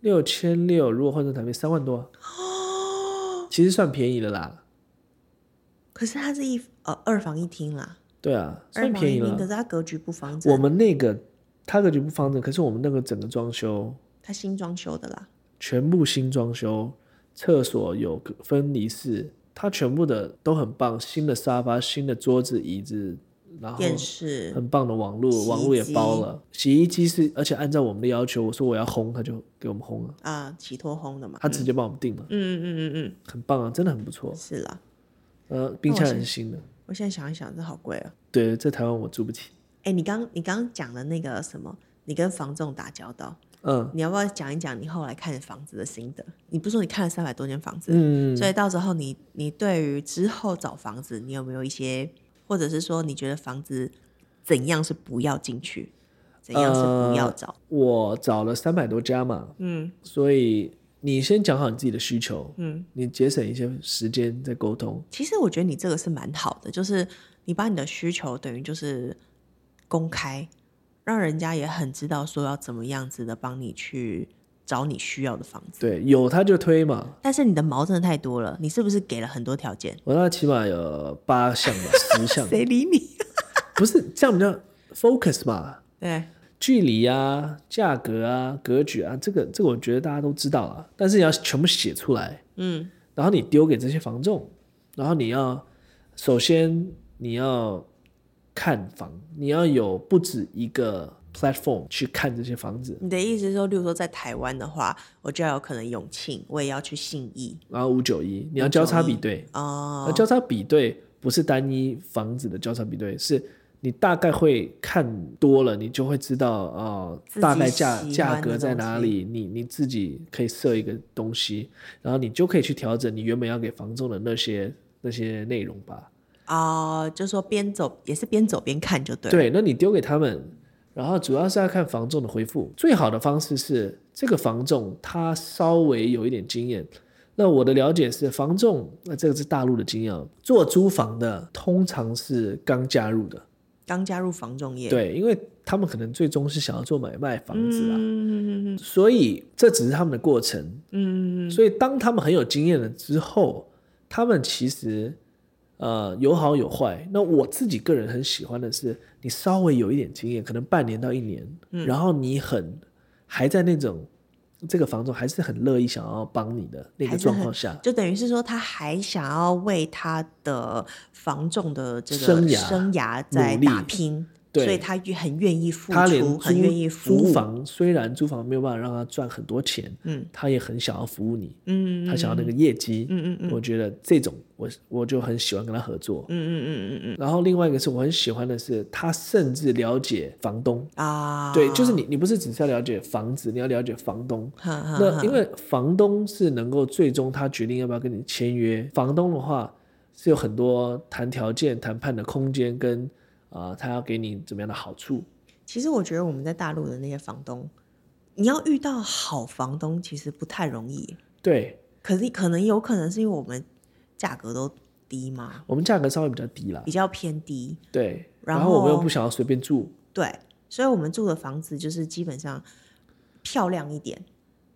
Speaker 1: 六千六如果换成台币三万多，
Speaker 2: 哦
Speaker 1: 其实算便宜了啦。
Speaker 2: 可是它是一呃二房一厅啦，
Speaker 1: 对啊，
Speaker 2: 二
Speaker 1: 算
Speaker 2: 房
Speaker 1: 便
Speaker 2: 一
Speaker 1: 宜
Speaker 2: 厅，可
Speaker 1: 了。
Speaker 2: 是它格局不方
Speaker 1: 我
Speaker 2: 正，
Speaker 1: 们那个它格局不方正，可是我们那个整个装修
Speaker 2: 它新装修的啦。
Speaker 1: 全部新装修，厕所有个分离式，它全部的都很棒，新的沙发、新的桌子、椅子，然后
Speaker 2: 电视
Speaker 1: 哦很棒的网
Speaker 2: 洗衣
Speaker 1: 络，
Speaker 2: 机
Speaker 1: 网络也包了。洗衣机是，而且按照我们的要求，我说我要烘，他就给我们烘了，
Speaker 2: 啊，洗脱烘的嘛，
Speaker 1: 他直接帮我们定了，
Speaker 2: 嗯嗯嗯
Speaker 1: 很棒啊，真的很不错
Speaker 2: 嗯，。是啦。
Speaker 1: 呃，冰箱也是新的，
Speaker 2: 我现在想一想，这好贵啊！
Speaker 1: 对，在台湾我住不起。
Speaker 2: 哎，你刚你刚刚讲的那个什么，你跟房仲打交道，
Speaker 1: 嗯
Speaker 2: 你要不要讲一讲你后来看房子的心得？你不是说你看了三百多间房子，
Speaker 1: 嗯，
Speaker 2: 所以到时候你你对于之后找房子，你有没有一些，或者是说你觉得房子怎样是不要进去，怎样是不要找？
Speaker 1: 我找了三百多家嘛，
Speaker 2: 嗯
Speaker 1: 所以你先讲好你自己的需求，
Speaker 2: 嗯，
Speaker 1: 你节省一些时间再沟通。
Speaker 2: 其实我觉得你这个是蛮好的，就是你把你的需求等于就是公开，让人家也很知道说要怎么样子的帮你去找你需要的房子。
Speaker 1: 对，有他就推嘛，
Speaker 2: 但是你的毛真的太多了，你是不是给了很多条件？
Speaker 1: 我那起码有八项吧，十项，
Speaker 2: 谁理你？
Speaker 1: 不是这样比较 focus 嘛，
Speaker 2: 对，
Speaker 1: 距离啊、价格啊、格局啊，这个这个我觉得大家都知道了，但是你要全部写出来，
Speaker 2: 嗯，
Speaker 1: 然后你丢给这些房仲，然后你要首先你要看房，你要有不止一个 platform 去看这些房子，
Speaker 2: 你的意思是说，例如说在台湾的话，我就要有可能永庆，我也要去信义
Speaker 1: 然后五九一你要交叉比对，
Speaker 2: 哦
Speaker 1: 而，交叉比对不是单一房子的交叉比对，是你大概会看多了，你就会知道哦、
Speaker 2: 自己
Speaker 1: 大概价
Speaker 2: 喜欢的
Speaker 1: 价格在哪里，你你自己可以设一个东西，然后你就可以去调整你原本要给房仲的那些那些内容吧。
Speaker 2: 哦，就说边走也是边走边看就对了。
Speaker 1: 对，那你丢给他们，然后主要是要看房仲的回复。最好的方式是这个房仲他稍微有一点经验。那我的了解是，房仲那这个是大陆的经验，啊，做租房的通常是刚加入的，
Speaker 2: 刚加入房仲业，
Speaker 1: 对，因为他们可能最终是想要做买卖房子啊，
Speaker 2: 嗯嗯嗯
Speaker 1: 所以这只是他们的过程。
Speaker 2: 嗯，
Speaker 1: 所以当他们很有经验了之后，他们其实呃有好有坏。那我自己个人很喜欢的是，你稍微有一点经验，可能半年到一年，
Speaker 2: 嗯
Speaker 1: 然后你很还在那种这个房仲还是很乐意想要帮你的那
Speaker 2: 还
Speaker 1: 个
Speaker 2: 是
Speaker 1: 状
Speaker 2: 很
Speaker 1: 况下，
Speaker 2: 就等于是说，他还想要为他的房仲的这个
Speaker 1: 生涯
Speaker 2: 生涯在
Speaker 1: 努力
Speaker 2: 打拼，
Speaker 1: 对
Speaker 2: 所以他也很愿意付
Speaker 1: 他连
Speaker 2: 出，
Speaker 1: 租
Speaker 2: 很愿意服
Speaker 1: 租
Speaker 2: 务。
Speaker 1: 房，虽然租房没有办法让他赚很多钱，
Speaker 2: 嗯，
Speaker 1: 他也很想要服务你，
Speaker 2: 嗯，
Speaker 1: 他想要那个业绩，
Speaker 2: 嗯嗯嗯
Speaker 1: 我觉得这种我我就很喜欢跟他合作。
Speaker 2: 嗯嗯嗯嗯
Speaker 1: 然后另外一个是我很喜欢的是，他甚至了解房东，
Speaker 2: 嗯啊，
Speaker 1: 对，就是你你不是只是要了解房子，你要了解房东。
Speaker 2: 哈哈
Speaker 1: 那
Speaker 2: 啊哈
Speaker 1: 因为房东是能够最终他决定要不要跟你签约，房东的话是有很多谈条件、谈判的空间跟，啊他要给你怎么样的好处。
Speaker 2: 其实我觉得我们在大陆的那些房东，你要遇到好房东其实不太容易，
Speaker 1: 对
Speaker 2: 可是可能有可能是因为我们价格都低嘛，
Speaker 1: 我们价格稍微比较低啦，
Speaker 2: 比较偏低，
Speaker 1: 对，
Speaker 2: 然
Speaker 1: 然后我们又
Speaker 2: 后
Speaker 1: 不想要随便住，
Speaker 2: 对，所以我们住的房子就是基本上漂亮一点，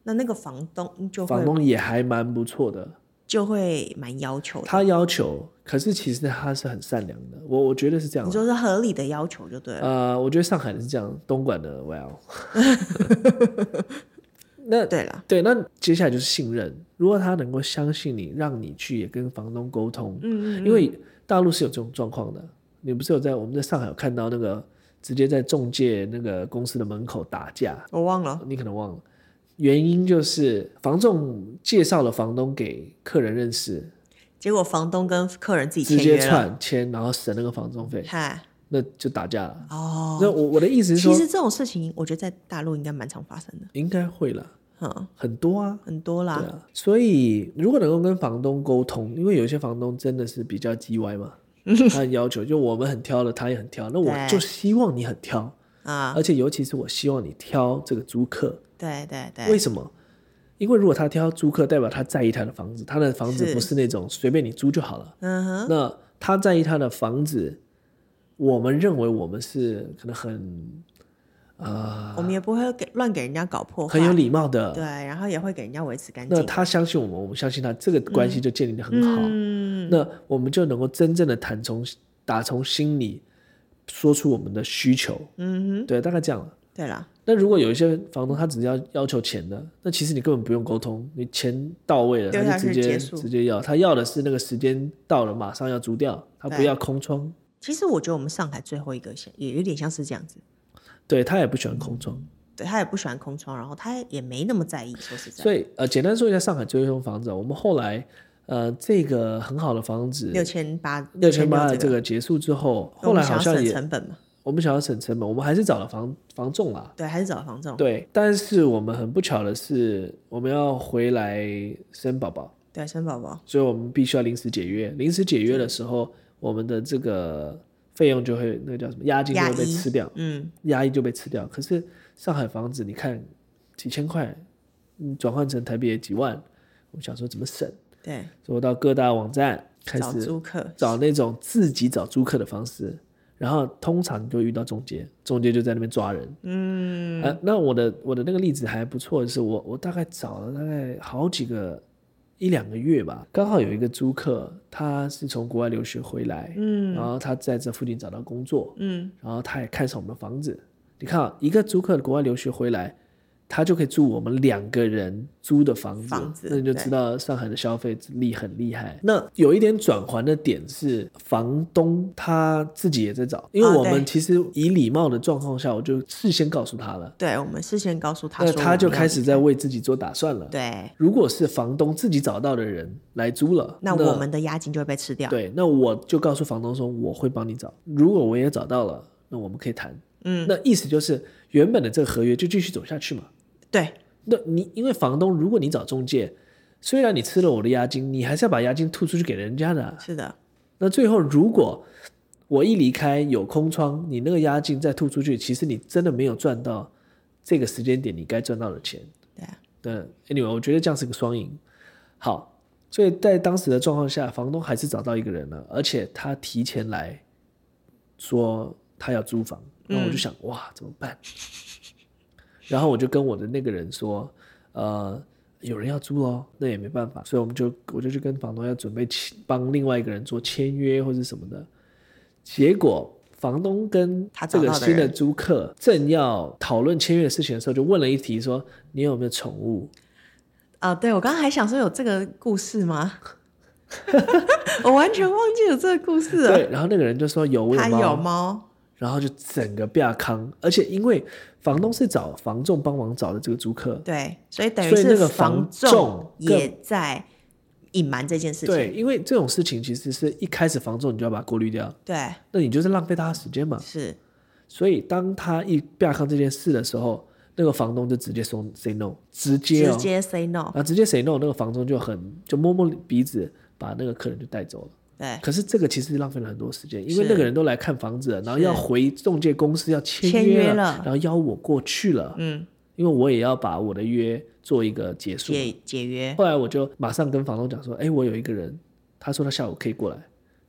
Speaker 2: 那那个房东就
Speaker 1: 房
Speaker 2: 会
Speaker 1: 东也还蛮不错的，
Speaker 2: 就会蛮要求的，
Speaker 1: 他要求，可是其实他是很善良的，我我觉得是这样啦。
Speaker 2: 你说是合理的要求就对了，
Speaker 1: 呃，我觉得上海的是这样，东莞的 well，那
Speaker 2: 对了，
Speaker 1: 对，那接下来就是信任。如果他能够相信你，让你去也跟房东沟通，
Speaker 2: 嗯嗯
Speaker 1: 因为大陆是有这种状况的。你不是有在我们在上海有看到那个直接在中介那个公司的门口打架，
Speaker 2: 我忘了，
Speaker 1: 你可能忘了。原因就是房仲介绍了房东给客人认识，
Speaker 2: 结果房东跟客人自己
Speaker 1: 直
Speaker 2: 签
Speaker 1: 接
Speaker 2: 约了，
Speaker 1: 串签，然后省那个房仲费，
Speaker 2: 嗨，
Speaker 1: 那就打架了。
Speaker 2: 哦，
Speaker 1: 那我我的意思是
Speaker 2: 其
Speaker 1: 说，
Speaker 2: 实这种事情，我觉得在大陆应该蛮常发生的，
Speaker 1: 应该会了，
Speaker 2: 嗯，
Speaker 1: 很多啊。
Speaker 2: 很多啦，
Speaker 1: 对啊，所以如果能够跟房东沟通，因为有一些房东真的是比较叽歪 嘛，他的要求就我们很挑了，他也很挑，那我
Speaker 2: 对
Speaker 1: 就希望你很挑，
Speaker 2: 啊，
Speaker 1: 而且尤其是我希望你挑这个租客，
Speaker 2: 对对对，
Speaker 1: 为什么？因为如果他挑租客，代表他在意他的房子，他的房子
Speaker 2: 是
Speaker 1: 不是那种随便你租就好了。
Speaker 2: 嗯哼，
Speaker 1: 那他在意他的房子，我们认为我们是可能很呃
Speaker 2: 我们也不会给乱给人家搞破坏，
Speaker 1: 很有啊礼貌的，
Speaker 2: 对，然后也会给人家维持干
Speaker 1: 那
Speaker 2: 净，
Speaker 1: 他相信我们，我们相信他，这个关系就建立的很好。
Speaker 2: 嗯，
Speaker 1: 那我们就能够真正的谈从打从心里说出我们的需求。
Speaker 2: 嗯
Speaker 1: 对，大概这样了。
Speaker 2: 哼，对啦，
Speaker 1: 那如果有一些房东他只是要要求钱的，那其实你根本不用沟通，你钱到位了，
Speaker 2: 丢
Speaker 1: 他
Speaker 2: 下
Speaker 1: 就直
Speaker 2: 去
Speaker 1: 接
Speaker 2: 结束
Speaker 1: 直接要，他要的是那个时间到了马上要租掉，他不
Speaker 2: 对
Speaker 1: 要空窗，
Speaker 2: 其实我觉得我们上海最后一个像也有点像是这样子，
Speaker 1: 对他也不喜欢空窗。
Speaker 2: 对他也不喜欢空窗，然后他也没那么在意，说实在，
Speaker 1: 所以呃，简单说一下上海最后一栋房子啊，我们后来呃这个很好的房子
Speaker 2: 六千八
Speaker 1: 六千八的这
Speaker 2: 这个，
Speaker 1: 个结束之后，
Speaker 2: 我
Speaker 1: 后来
Speaker 2: 们
Speaker 1: 好
Speaker 2: 想要
Speaker 1: 像
Speaker 2: 省
Speaker 1: 也
Speaker 2: 成本嘛，
Speaker 1: 我们想要省成本，我们还是找了房房仲啦。
Speaker 2: 对，还是找房仲，
Speaker 1: 对，但是我们很不巧的是，我们要回来生宝宝，
Speaker 2: 对，生宝宝，
Speaker 1: 所以我们必须要临时解约。临时解约的时候，我们的这个费用就会那个叫什么押金就
Speaker 2: 压
Speaker 1: 会被
Speaker 2: 抑
Speaker 1: 吃掉，
Speaker 2: 嗯，
Speaker 1: 押一就被吃掉。可是上海房子，你看几千块，嗯，转换成台币也几万，我们想说怎么省，
Speaker 2: 对，
Speaker 1: 所以我到各大网站开
Speaker 2: 找
Speaker 1: 始
Speaker 2: 租客，
Speaker 1: 找那种自己找租客的方式，然后通常就遇到中介，中介就在那边抓人。嗯，呃，那我的我的那个例子还不错，就是我我大概找了大概好几个一两个月吧，刚好有一个租客，他是从国外留学回来，嗯，然后他在这附近找到工作，
Speaker 2: 嗯，
Speaker 1: 然后他也看上我们的房子。你看、啊，一个租客国外留学回来，他就可以住我们两个人租的房子，
Speaker 2: 房子
Speaker 1: 那你就
Speaker 2: 对
Speaker 1: 知道上海的消费力很厉害。那有一点转圜的点是，房东他自己也在找，因为
Speaker 2: 啊
Speaker 1: 我
Speaker 2: 对
Speaker 1: 们其实以礼貌的状况下，我就事先告诉他了，
Speaker 2: 对，我们事先告诉他
Speaker 1: 那
Speaker 2: 说，
Speaker 1: 他就开始，在为自己做打算了。
Speaker 2: 对，
Speaker 1: 如果是房东自己找到的人来租了，
Speaker 2: 那我们的押金就会被吃掉，
Speaker 1: 对，那我就告诉房东说我会帮你找，如果我也找到了，那我们可以谈。
Speaker 2: 嗯，
Speaker 1: 那意思就是原本的这个合约就继续走下去嘛。
Speaker 2: 对，
Speaker 1: 那你因为房东，如果你找中介，虽然你吃了我的押金，你还是要把押金吐出去给人家的啊、
Speaker 2: 是的，
Speaker 1: 那最后如果我一离开有空窗，你那个押金再吐出去，其实你真的没有赚到这个时间点你该赚到的钱。
Speaker 2: 对啊，
Speaker 1: 对，anyway，我觉得这样是个双赢。好，所以在当时的状况下，房东还是找到一个人了，而且他提前来说他要租房，然后我就想、哇怎么办？然后我就跟我的那个人说，呃，有人要租哦，那也没办法，所以我们就我就去跟房东要准备签帮另外一个人做签约或者什么的，结果。房东跟
Speaker 2: 他
Speaker 1: 这
Speaker 2: 找
Speaker 1: 个
Speaker 2: 到的
Speaker 1: 新的
Speaker 2: 人
Speaker 1: 租客正要讨论签约的事情的时候，就问了一题说：“你有没有宠物？”
Speaker 2: 啊，对我刚刚还想说有这个故事吗？我完全忘记有这个故事了。
Speaker 1: 对，然后那个人就说有，我
Speaker 2: 他
Speaker 1: 有猫，
Speaker 2: 有猫，
Speaker 1: 然后就整个被他坑，而且因为房东是找房仲帮忙找的这个租客，
Speaker 2: 对，所以等于
Speaker 1: 所以那
Speaker 2: 是
Speaker 1: 个
Speaker 2: 房
Speaker 1: 房仲
Speaker 2: 也在隐瞒这件事情。
Speaker 1: 对，因为这种事情其实是一开始房仲你就要把它过滤掉，
Speaker 2: 对，
Speaker 1: 那你就是浪费他的时间嘛。
Speaker 2: 是，
Speaker 1: 所以当他一被他坑这件事的时候，那个房东就直接说 say no，直接哦，
Speaker 2: 直接 say no。
Speaker 1: 啊直接 say no，那个房东就很就摸摸鼻子把那个客人就带走了。
Speaker 2: 对，
Speaker 1: 可是这个其实浪费了很多时间，因为
Speaker 2: 是
Speaker 1: 那个人都来看房子了，然后
Speaker 2: 是
Speaker 1: 要回中介公司要签
Speaker 2: 签
Speaker 1: 约
Speaker 2: 约
Speaker 1: 了，
Speaker 2: 了
Speaker 1: 然后邀我过去了，
Speaker 2: 嗯，
Speaker 1: 因为我也要把我的约做一个结束。
Speaker 2: 解解约。
Speaker 1: 后来我就马上跟房东讲说，哎，我有一个人，他说他下午可以过来，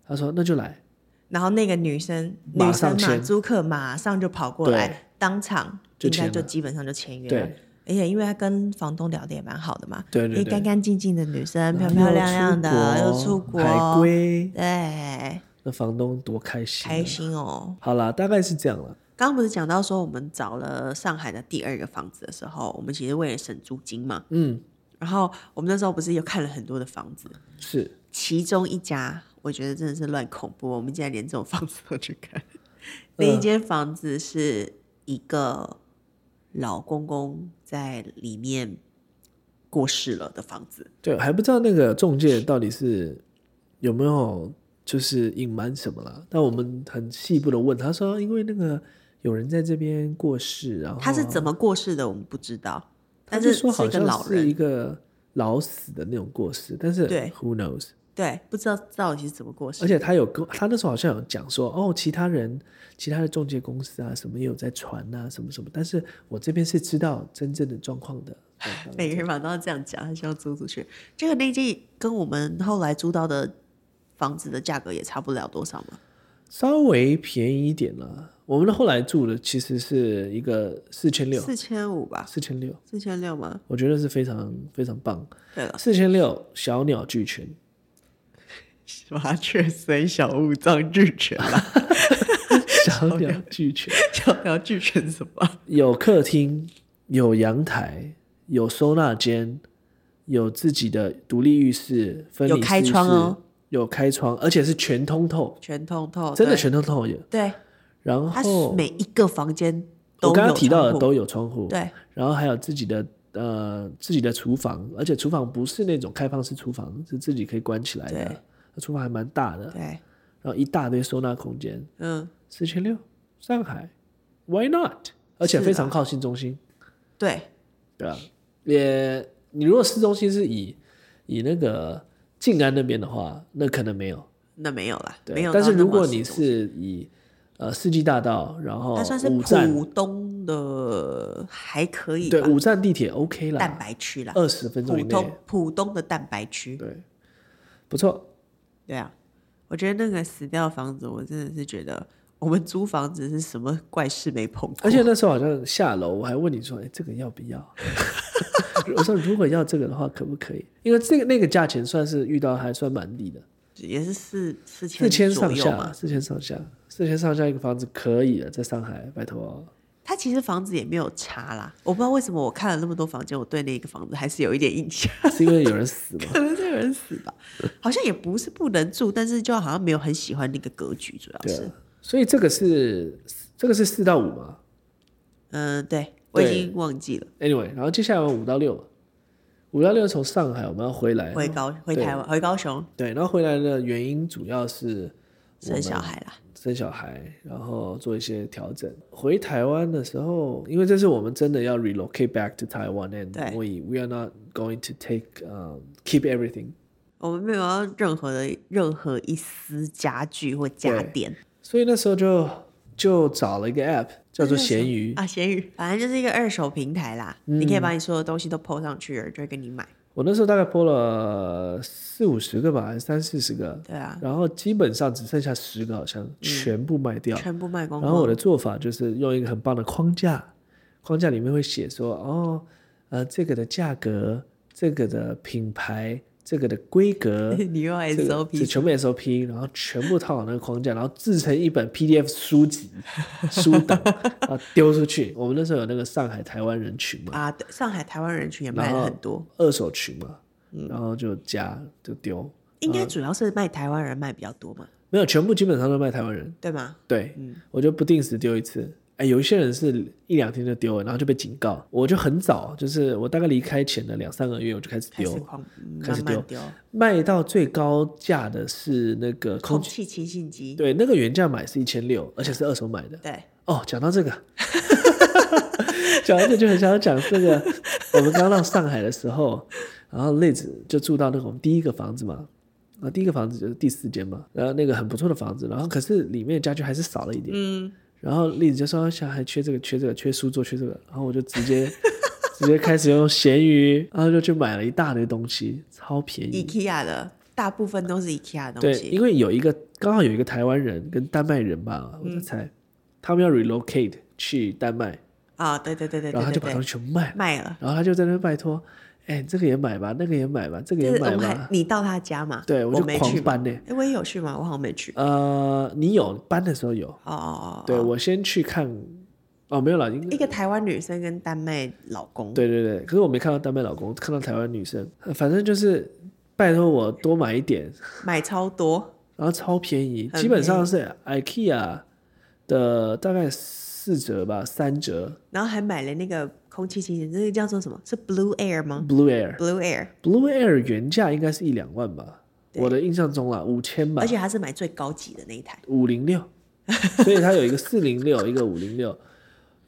Speaker 1: 他说那就来，
Speaker 2: 然后那个女生，
Speaker 1: 马
Speaker 2: 女
Speaker 1: 上
Speaker 2: 生嘛，
Speaker 1: 签
Speaker 2: 租客马上就跑过
Speaker 1: 对
Speaker 2: 来，当场
Speaker 1: 就
Speaker 2: 应该
Speaker 1: 签
Speaker 2: 就
Speaker 1: 了
Speaker 2: 基本上就签约了。
Speaker 1: 对
Speaker 2: 而且因为她跟房东聊的也蛮好的嘛，
Speaker 1: 对对
Speaker 2: 一
Speaker 1: 对
Speaker 2: 干干净净的女生，漂漂亮亮的，
Speaker 1: 又
Speaker 2: 又出国，
Speaker 1: 海归，
Speaker 2: 对，
Speaker 1: 那房东多开心啊、
Speaker 2: 开心哦。
Speaker 1: 好啦，大概是这样了。
Speaker 2: 刚刚不是讲到说我们找了上海的第二个房子的时候，我们其实为了省租金嘛，
Speaker 1: 嗯，
Speaker 2: 然后我们那时候不是又看了很多的房子，
Speaker 1: 是
Speaker 2: 其中一家我觉得真的是乱恐怖，我们竟然连这种房子都去看，那一间房子是一个老公公在里面过世了的房子，
Speaker 1: 对，还不知道那个中介到底是有没有就是隐瞒什么了。但我们很细部的问他说，啊因为那个有人在这边过世，然后
Speaker 2: 他是怎么过世的我们不知道，
Speaker 1: 哦他
Speaker 2: 但
Speaker 1: 就是说
Speaker 2: 是
Speaker 1: 好
Speaker 2: 一个
Speaker 1: 像
Speaker 2: 老
Speaker 1: 是一
Speaker 2: 人，
Speaker 1: 个老死的那种过世，但是
Speaker 2: 对
Speaker 1: who knows？
Speaker 2: 对，不知道到底是怎么过世
Speaker 1: 而。且他有跟他那时候好像有讲说，哦，其他人其他的中介公司啊什么也有在传啊什么什么，但是我这边是知道真正的状况 的。
Speaker 2: 每个人嘛都要这样讲，他希望租出去。这个那间跟我们后来租到的房子的价格也差不了多少嘛。
Speaker 1: 稍微便宜一点了。我们的后来住的其实是一个四千六，
Speaker 2: 四千五吧，
Speaker 1: 四千六，
Speaker 2: 四千六吗？
Speaker 1: 我觉得是非常非常棒。
Speaker 2: 对了，
Speaker 1: 四千六小鸟俱全，
Speaker 2: 麻雀虽小，五脏俱全
Speaker 1: 啊
Speaker 2: 啦。
Speaker 1: 小鸟俱全，
Speaker 2: 小鸟俱全什么？
Speaker 1: 有客厅，有阳台，有收纳间，有自己的独立浴室，分离
Speaker 2: 有开
Speaker 1: 私
Speaker 2: 窗
Speaker 1: 室
Speaker 2: 哦，
Speaker 1: 有开窗，而且是全通透，
Speaker 2: 全通透，
Speaker 1: 真的
Speaker 2: 对
Speaker 1: 全通透有。
Speaker 2: 对。
Speaker 1: 然
Speaker 2: 它
Speaker 1: 后
Speaker 2: 每一个房间都
Speaker 1: 我刚刚
Speaker 2: 有
Speaker 1: 提到
Speaker 2: 窗
Speaker 1: 的
Speaker 2: 户
Speaker 1: 都有窗户，
Speaker 2: 对
Speaker 1: 然后还有自己的呃自己的厨房，而且厨房不是那种开放式厨房，是自己可以关起来
Speaker 2: 对
Speaker 1: 的。那厨房还蛮大的，
Speaker 2: 对，
Speaker 1: 然后一大堆收纳空间，
Speaker 2: 嗯，
Speaker 1: 四千六，上海，Why not？而且
Speaker 2: 是
Speaker 1: 非常靠近中心，
Speaker 2: 对
Speaker 1: 对吧？也你如果市中心是以以那个静安那边的话，那可能没有，
Speaker 2: 那没有啦，
Speaker 1: 对。
Speaker 2: 没有到
Speaker 1: 但是
Speaker 2: 那么市中心。
Speaker 1: 如果你是以呃世纪大道，然后
Speaker 2: 它算是
Speaker 1: 五站，
Speaker 2: 浦东的还可以
Speaker 1: 对
Speaker 2: 吧，
Speaker 1: 五站地铁 OK
Speaker 2: 蛋
Speaker 1: 啦，
Speaker 2: 白区啦，
Speaker 1: 二十分钟以
Speaker 2: 浦
Speaker 1: 内，
Speaker 2: 东浦东的蛋白区。
Speaker 1: 对，不错。
Speaker 2: 对啊，我觉得那个死掉的房子，我真的是觉得我们租房子是什么怪事没碰过，
Speaker 1: 而且那时候好像下楼，我还问你说：“哎，这个要不 要？”我说：“如果要这个的话，可不可以？”因为这个那个价钱算是遇到还算蛮低的，
Speaker 2: 也是四四
Speaker 1: 四千
Speaker 2: 左
Speaker 1: 上
Speaker 2: 右
Speaker 1: 下，
Speaker 2: 嘛。
Speaker 1: 四千上下，四千上下一个房子可以了，在上海，拜托。
Speaker 2: 它其实房子也没有差啦，我不知道为什么我看了那么多房间，我对那个房子还是有一点印象。
Speaker 1: 是因为有人死吗？
Speaker 2: 可能是有人死吧，好像也不是不能住，但是就好像没有很喜欢那个格局，主要
Speaker 1: 对
Speaker 2: 是
Speaker 1: 啊，，所以这个是这个是四到五嘛
Speaker 2: 嗯、对我
Speaker 1: 对
Speaker 2: 已经忘记了，
Speaker 1: ？Anyway，然后接下来五到六嘛，五到六从上海我们要回来，
Speaker 2: 回高回
Speaker 1: 对
Speaker 2: 台湾回高雄
Speaker 1: 对，然后回来的原因主要是我
Speaker 2: 生
Speaker 1: 们
Speaker 2: 小孩啦，
Speaker 1: 生小孩，然后做一些调整。回台湾的时候，因为这是我们真的要 relocate back to Taiwan and
Speaker 2: 对
Speaker 1: we we are not going to take um keep everything。
Speaker 2: 我们没有要任何的任何一丝家具或家
Speaker 1: 对
Speaker 2: 电，
Speaker 1: 所以那时候就就找了一个 app 叫做闲鱼，嗯
Speaker 2: 啊，闲鱼，反正就是一个二手平台啦，你可以把你所有东西都 PO 上去，有人就会跟你买，
Speaker 1: 我那时候大概播了四五十个吧，还是三四十个，
Speaker 2: 对啊，
Speaker 1: 然后基本上只剩下十个，好像全部卖掉。
Speaker 2: 全部卖光
Speaker 1: 然后我
Speaker 2: 光，
Speaker 1: 的做法就是用一个很棒的框架，框架里面会写说，哦，呃，这个的价格，这个的品牌，这个的规 格，
Speaker 2: 你又要
Speaker 1: 这个
Speaker 2: SOP，
Speaker 1: 这全部 SOP，然后全部套好那个框架，然后制成一本 PDF 书籍、书 档，然后丢出去。我们那时候有那个上海台湾人群嘛，
Speaker 2: 啊，对，上海台湾人群也
Speaker 1: 然
Speaker 2: 卖了
Speaker 1: 后
Speaker 2: 很多，
Speaker 1: 二手群嘛，
Speaker 2: 嗯
Speaker 1: 然后就加就丢，
Speaker 2: 应
Speaker 1: 嗯
Speaker 2: 该主要是卖台湾人卖比较多嘛，
Speaker 1: 没有全部基本上都卖台湾人。
Speaker 2: 对吗？
Speaker 1: 对，
Speaker 2: 嗯
Speaker 1: 我就不定时丢一次。哎，有一些人是一两天就丢了，然后就被警告。我就很早，就是我大概离开前的两三个月，我就开始
Speaker 2: 开
Speaker 1: 丢，
Speaker 2: 始狂
Speaker 1: 开始
Speaker 2: 慢
Speaker 1: 丢
Speaker 2: 慢丢。
Speaker 1: 卖到最高价的是那个空
Speaker 2: 空
Speaker 1: 气，
Speaker 2: 气清新机。
Speaker 1: 对，那个原价买是一千六，而且是二手买的。
Speaker 2: 对，
Speaker 1: 哦，讲到这个， 讲到这就很想讲这个。我们刚到上海的时候，然后妹子就住到那个我们第一个房子嘛，啊，第一个房子就是第四间嘛，然后那个很不错的房子，然后可是里面的家具还是少了一点。
Speaker 2: 嗯，
Speaker 1: 然后栗子就说小孩缺这个缺这个缺书桌缺这个，然后我就直接直接开始用闲鱼，然后就去买了一大堆东西，超便宜。
Speaker 2: ，IKEA 的大部分都是 IKEA 的东
Speaker 1: 嗯对，
Speaker 2: 西。
Speaker 1: 因为有一个刚好有一个台湾人跟丹麦人吧，
Speaker 2: 嗯
Speaker 1: 我在猜，他们要 relocate 去丹麦，
Speaker 2: 啊，对对对对
Speaker 1: 然后
Speaker 2: 对
Speaker 1: 他就
Speaker 2: 对
Speaker 1: 把
Speaker 2: 对
Speaker 1: 东西全部卖了，
Speaker 2: 卖了。
Speaker 1: 然后他就在那边拜托，哎，这个也买吧，那个也买吧，这个
Speaker 2: 就
Speaker 1: 也
Speaker 2: 是
Speaker 1: 买
Speaker 2: 我们
Speaker 1: 吧
Speaker 2: 还，你到他家嘛？
Speaker 1: 对
Speaker 2: 我
Speaker 1: 就
Speaker 2: 没去
Speaker 1: 狂
Speaker 2: 嘛。
Speaker 1: 搬呢、
Speaker 2: 哎，我也有去吗？我好像没去。
Speaker 1: 呃，你有搬的时候有，
Speaker 2: 哦哦哦，
Speaker 1: 对我先去看，哦，没有了，应该
Speaker 2: 一个台湾女生跟丹麦老公，
Speaker 1: 对对对，可是我没看到丹麦老公，看到台湾女生，呃反正就是拜托我多买一点，
Speaker 2: 买超多，
Speaker 1: 然后超便宜，
Speaker 2: 很
Speaker 1: 基本上是 IKEA 的大概四折吧，三折
Speaker 2: 然后还买了那个空气清新，这个叫做什么？是 Blue Air 吗
Speaker 1: Blue Air。
Speaker 2: ？Blue Air，
Speaker 1: Blue Air 原价应该是一两万吧，我的印象中啦，五千吧
Speaker 2: 而，且还是买最高级的那一台。
Speaker 1: 五零六，所以它有一个四零 六，一个五零六。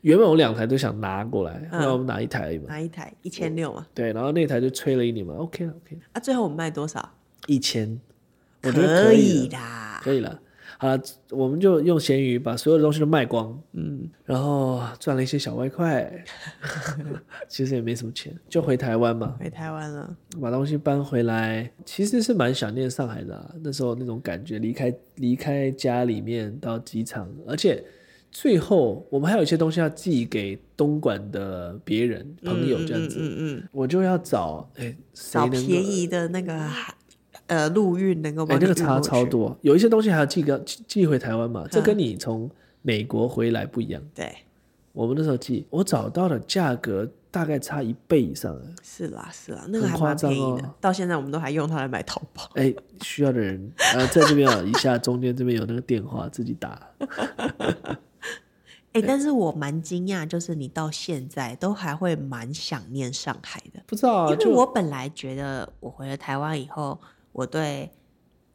Speaker 1: 原本我两台都想拿过来，后来我们拿一台而已嘛，
Speaker 2: 哪一台？一千六嘛。
Speaker 1: 对，然后那台就吹了一年嘛，OK 了，OK 了，
Speaker 2: 啊，最后我们卖多少？
Speaker 1: 一千，我觉得可以
Speaker 2: 以
Speaker 1: 了，
Speaker 2: 啦。
Speaker 1: 可以了。好了，我们就用闲鱼把所有的东西都卖光，嗯，然后赚了一些小外快， 其实也没什么钱，就回台湾嘛，
Speaker 2: 回台湾了，
Speaker 1: 把东西搬回来，其实是蛮想念上海的、啊。那时候那种感觉，离开离开家里面到机场，而且最后我们还有一些东西要寄给东莞的别人朋友这样子，
Speaker 2: 嗯嗯嗯，
Speaker 1: 我就要找哎谁
Speaker 2: 找
Speaker 1: 能够
Speaker 2: 便宜的那个呃陆运能够
Speaker 1: 哎
Speaker 2: 帮你
Speaker 1: 那个
Speaker 2: 运
Speaker 1: 差
Speaker 2: 过
Speaker 1: 超
Speaker 2: 去。嗯
Speaker 1: 多，有一些东西还要寄个寄寄回台湾嘛，这跟你从美国回来不一样。
Speaker 2: 对，
Speaker 1: 我们那时候寄，我找到的价格大概差一倍以上啊，
Speaker 2: 是啦是啦，那个
Speaker 1: 很
Speaker 2: 还
Speaker 1: 夸
Speaker 2: 蛮
Speaker 1: 张
Speaker 2: 便宜
Speaker 1: 哦
Speaker 2: 的，到现在我们都还用它来买淘宝。
Speaker 1: 哎，需要的人，呃，在这边啊，一下中间这边有那个电话，自己打。
Speaker 2: 哎、但是我蛮惊讶，就是你到现在都还会蛮想念上海的，
Speaker 1: 不知道啊，
Speaker 2: 因为
Speaker 1: 就
Speaker 2: 我本来觉得我回了台湾以后，我对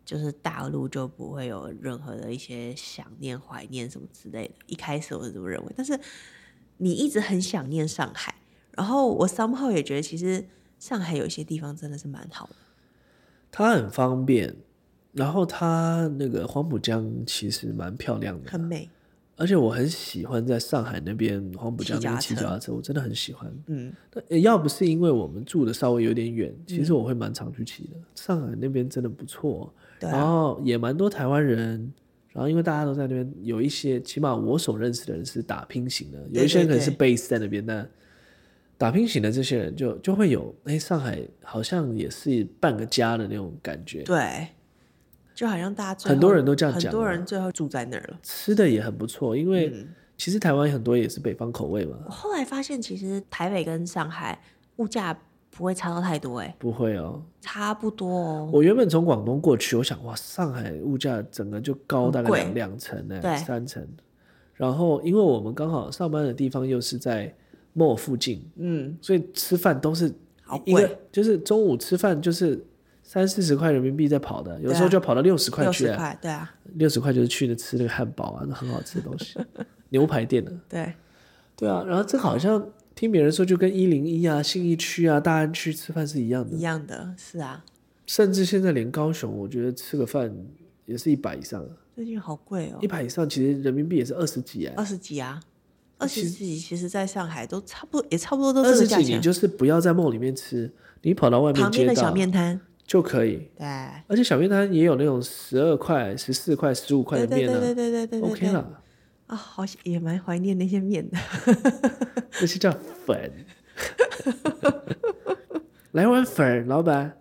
Speaker 2: 就是大陆就不会有任何的一些想念、怀念什么之类的。一开始我是这么认为，但是你一直很想念上海，然后我 somehow 也觉得其实上海有一些地方真的是蛮好的。
Speaker 1: 它很方便，然后它那个黄浦江其实蛮漂亮的，
Speaker 2: 很美，
Speaker 1: 而且我很喜欢在上海那边黄浦江那边骑
Speaker 2: 骑
Speaker 1: 脚
Speaker 2: 脚踏车
Speaker 1: 踏车，我真的很喜欢。
Speaker 2: 嗯，
Speaker 1: 那呃要不是因为我们住的稍微有点远，其实我会蛮常去骑的。上海那边真的不错，哦
Speaker 2: 对
Speaker 1: 然
Speaker 2: 啊，
Speaker 1: 后也蛮多台湾人。然后因为大家都在那边，有一些起码我所认识的人是打拼型的，有一些人可能是 base 在那边，但打拼型的这些人就就会有，哎，上海好像也是半个家的那种感觉。
Speaker 2: 对，就好像大家最
Speaker 1: 很多
Speaker 2: 后
Speaker 1: 人都这样
Speaker 2: 很
Speaker 1: 讲
Speaker 2: 多
Speaker 1: 啊
Speaker 2: 人最后住在那儿了。
Speaker 1: 吃的也很不错，因为
Speaker 2: 嗯
Speaker 1: 其实台湾很多也是北方口味嘛
Speaker 2: 我，后来发现，其实台北跟上海物价不会差到太多、哎，
Speaker 1: 不会哦。
Speaker 2: 差不多哦。
Speaker 1: 我原本从广东过去，我想哇，上海物价整个就高大概
Speaker 2: 很贵
Speaker 1: 两两成呢、
Speaker 2: 对
Speaker 1: 三成。然后因为我们刚好上班的地方又是在 mall 附近，
Speaker 2: 嗯，
Speaker 1: 所以吃饭都是
Speaker 2: 好
Speaker 1: 一个
Speaker 2: 贵，
Speaker 1: 就是中午吃饭就是三四十块人民币在跑的，有时
Speaker 2: 对
Speaker 1: 候
Speaker 2: 啊
Speaker 1: 就跑到六十块
Speaker 2: 六
Speaker 1: 去、
Speaker 2: 十
Speaker 1: 啊，
Speaker 2: 块，对啊，
Speaker 1: 六十块就是去那吃那个汉堡啊，那很好吃的东 西，牛排店的、
Speaker 2: 对，
Speaker 1: 对啊，然后这个好像听别人说，就跟一零一啊、信义区啊、大安区吃饭是一样的
Speaker 2: 一，样的，是啊，
Speaker 1: 甚至现在连高雄，我觉得吃个饭也是一百以上啊，
Speaker 2: 最近好贵哦
Speaker 1: 一，百以上其实人民币也是二十几啊，
Speaker 2: 二十几啊，二十几，其实在上海都差不多，也差不多都
Speaker 1: 二
Speaker 2: 这
Speaker 1: 十
Speaker 2: 个价
Speaker 1: 几你
Speaker 2: 钱，
Speaker 1: 就是不要在梦里面吃，你跑到外面
Speaker 2: 旁边
Speaker 1: 街
Speaker 2: 的小
Speaker 1: 道
Speaker 2: 面摊，
Speaker 1: 就可以，
Speaker 2: 对，
Speaker 1: 而且小面摊也有那种十二块、十四块、十五块
Speaker 2: 对
Speaker 1: 的
Speaker 2: 对
Speaker 1: 面
Speaker 2: 对对
Speaker 1: 啊
Speaker 2: 对对对对
Speaker 1: ，OK
Speaker 2: 对，
Speaker 1: 啦，
Speaker 2: 啊，好也蛮怀念那些面的，
Speaker 1: 那些叫粉。 来碗粉儿，老板。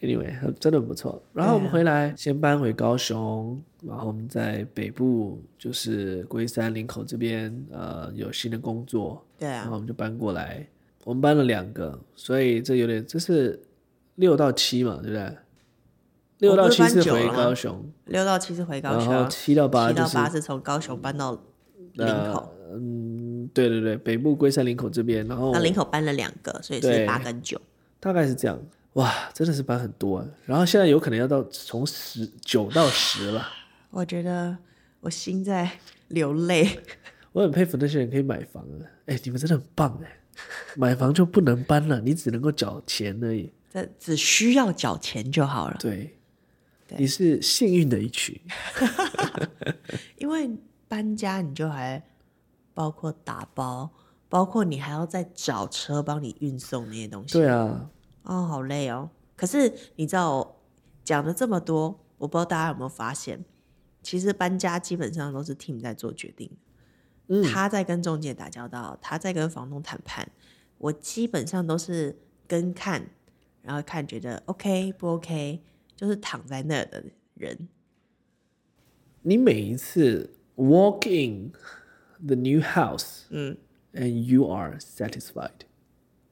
Speaker 1: anyway，真的很不错。然后我们回来，先搬回高雄，然后我们在北部，就是龟山、林口这边，呃，有新的工作，
Speaker 2: 对
Speaker 1: 然
Speaker 2: 啊，
Speaker 1: 后我们就搬过来。我们搬了两个，所以这有点，这是六到七嘛，对不对？六到七
Speaker 2: 我不
Speaker 1: 是
Speaker 2: 是搬
Speaker 1: 回
Speaker 2: 久了吗
Speaker 1: 高雄，
Speaker 2: 六到七是回高
Speaker 1: 然
Speaker 2: 雄
Speaker 1: 后
Speaker 2: 啊，
Speaker 1: 七到八
Speaker 2: 七
Speaker 1: 就
Speaker 2: 到
Speaker 1: 是呃
Speaker 2: 八是从高雄搬到林口，
Speaker 1: 嗯，对对对，北部龟山林口这边，然后
Speaker 2: 那林口搬了两个，所以
Speaker 1: 哦对
Speaker 2: 是八跟九，
Speaker 1: 大概是这样。哇，真的是搬很多、啊，然后现在有可能要到从十九到十了。
Speaker 2: 我觉得我心在 流泪，
Speaker 1: 我很佩服那些人可以买房啊，哎，你们真的很棒哎、买房就不能搬了，你只能够缴钱而已。
Speaker 2: 这只需要缴钱就好了。
Speaker 1: 对，
Speaker 2: 对
Speaker 1: 你是幸运的一群。
Speaker 2: 因为搬家，你就还包括打包，包括你还要再找车帮你运送那些东西，
Speaker 1: 对啊，
Speaker 2: 哦，好累哦。可是你知道我讲了这么多，我不知道大家有没有发现，其实搬家基本上都是 team 在做决定，
Speaker 1: 嗯
Speaker 2: 他在跟中介打交道，他在跟房东谈判，我基本上都是跟看，然后看觉得 OK 不 OK，就是躺在那儿的人。
Speaker 1: 你每一次 walk in the new house，
Speaker 2: 嗯
Speaker 1: ，and you are satisfied，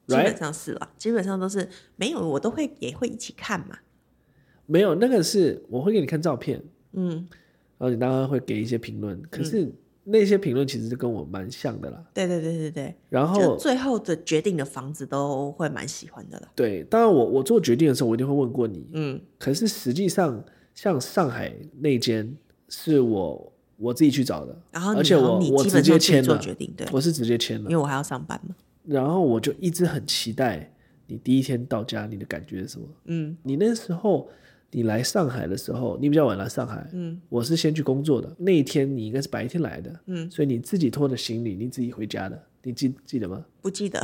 Speaker 2: 基
Speaker 1: right？
Speaker 2: 本上是啦，基本上都是没有，我都会也会一起看嘛。
Speaker 1: 没有，那个是我会给你看照片，
Speaker 2: 嗯，
Speaker 1: 然然后你当然会给一些评论，可是那些评论其实是跟我蛮像的啦。
Speaker 2: 对对对对对，
Speaker 1: 然
Speaker 2: 就
Speaker 1: 后
Speaker 2: 最后的决定的房子都会蛮喜欢的了。
Speaker 1: 对，当然我我做决定的时候，我一定会问过你。
Speaker 2: 嗯
Speaker 1: 可是实际上，像上海那间是我我自己去找的，
Speaker 2: 然后你
Speaker 1: 而且
Speaker 2: 然后
Speaker 1: 我
Speaker 2: 你
Speaker 1: 我
Speaker 2: 基
Speaker 1: 直
Speaker 2: 本
Speaker 1: 接
Speaker 2: 上自己
Speaker 1: 签
Speaker 2: 做
Speaker 1: 了，
Speaker 2: 决定，对，
Speaker 1: 我是直接签
Speaker 2: 因
Speaker 1: 了。
Speaker 2: 为我还要上班嘛。
Speaker 1: 然后我就一直很期待你第一天到家你的感觉是什么。
Speaker 2: 嗯
Speaker 1: 你那时候你来上海的时候，你比较晚来上海，
Speaker 2: 嗯，
Speaker 1: 我是先去工作的。那一天你应该是白天来的，
Speaker 2: 嗯，
Speaker 1: 所以你自己拖着行李，你自己回家的，你记记得 吗？
Speaker 2: 不记得。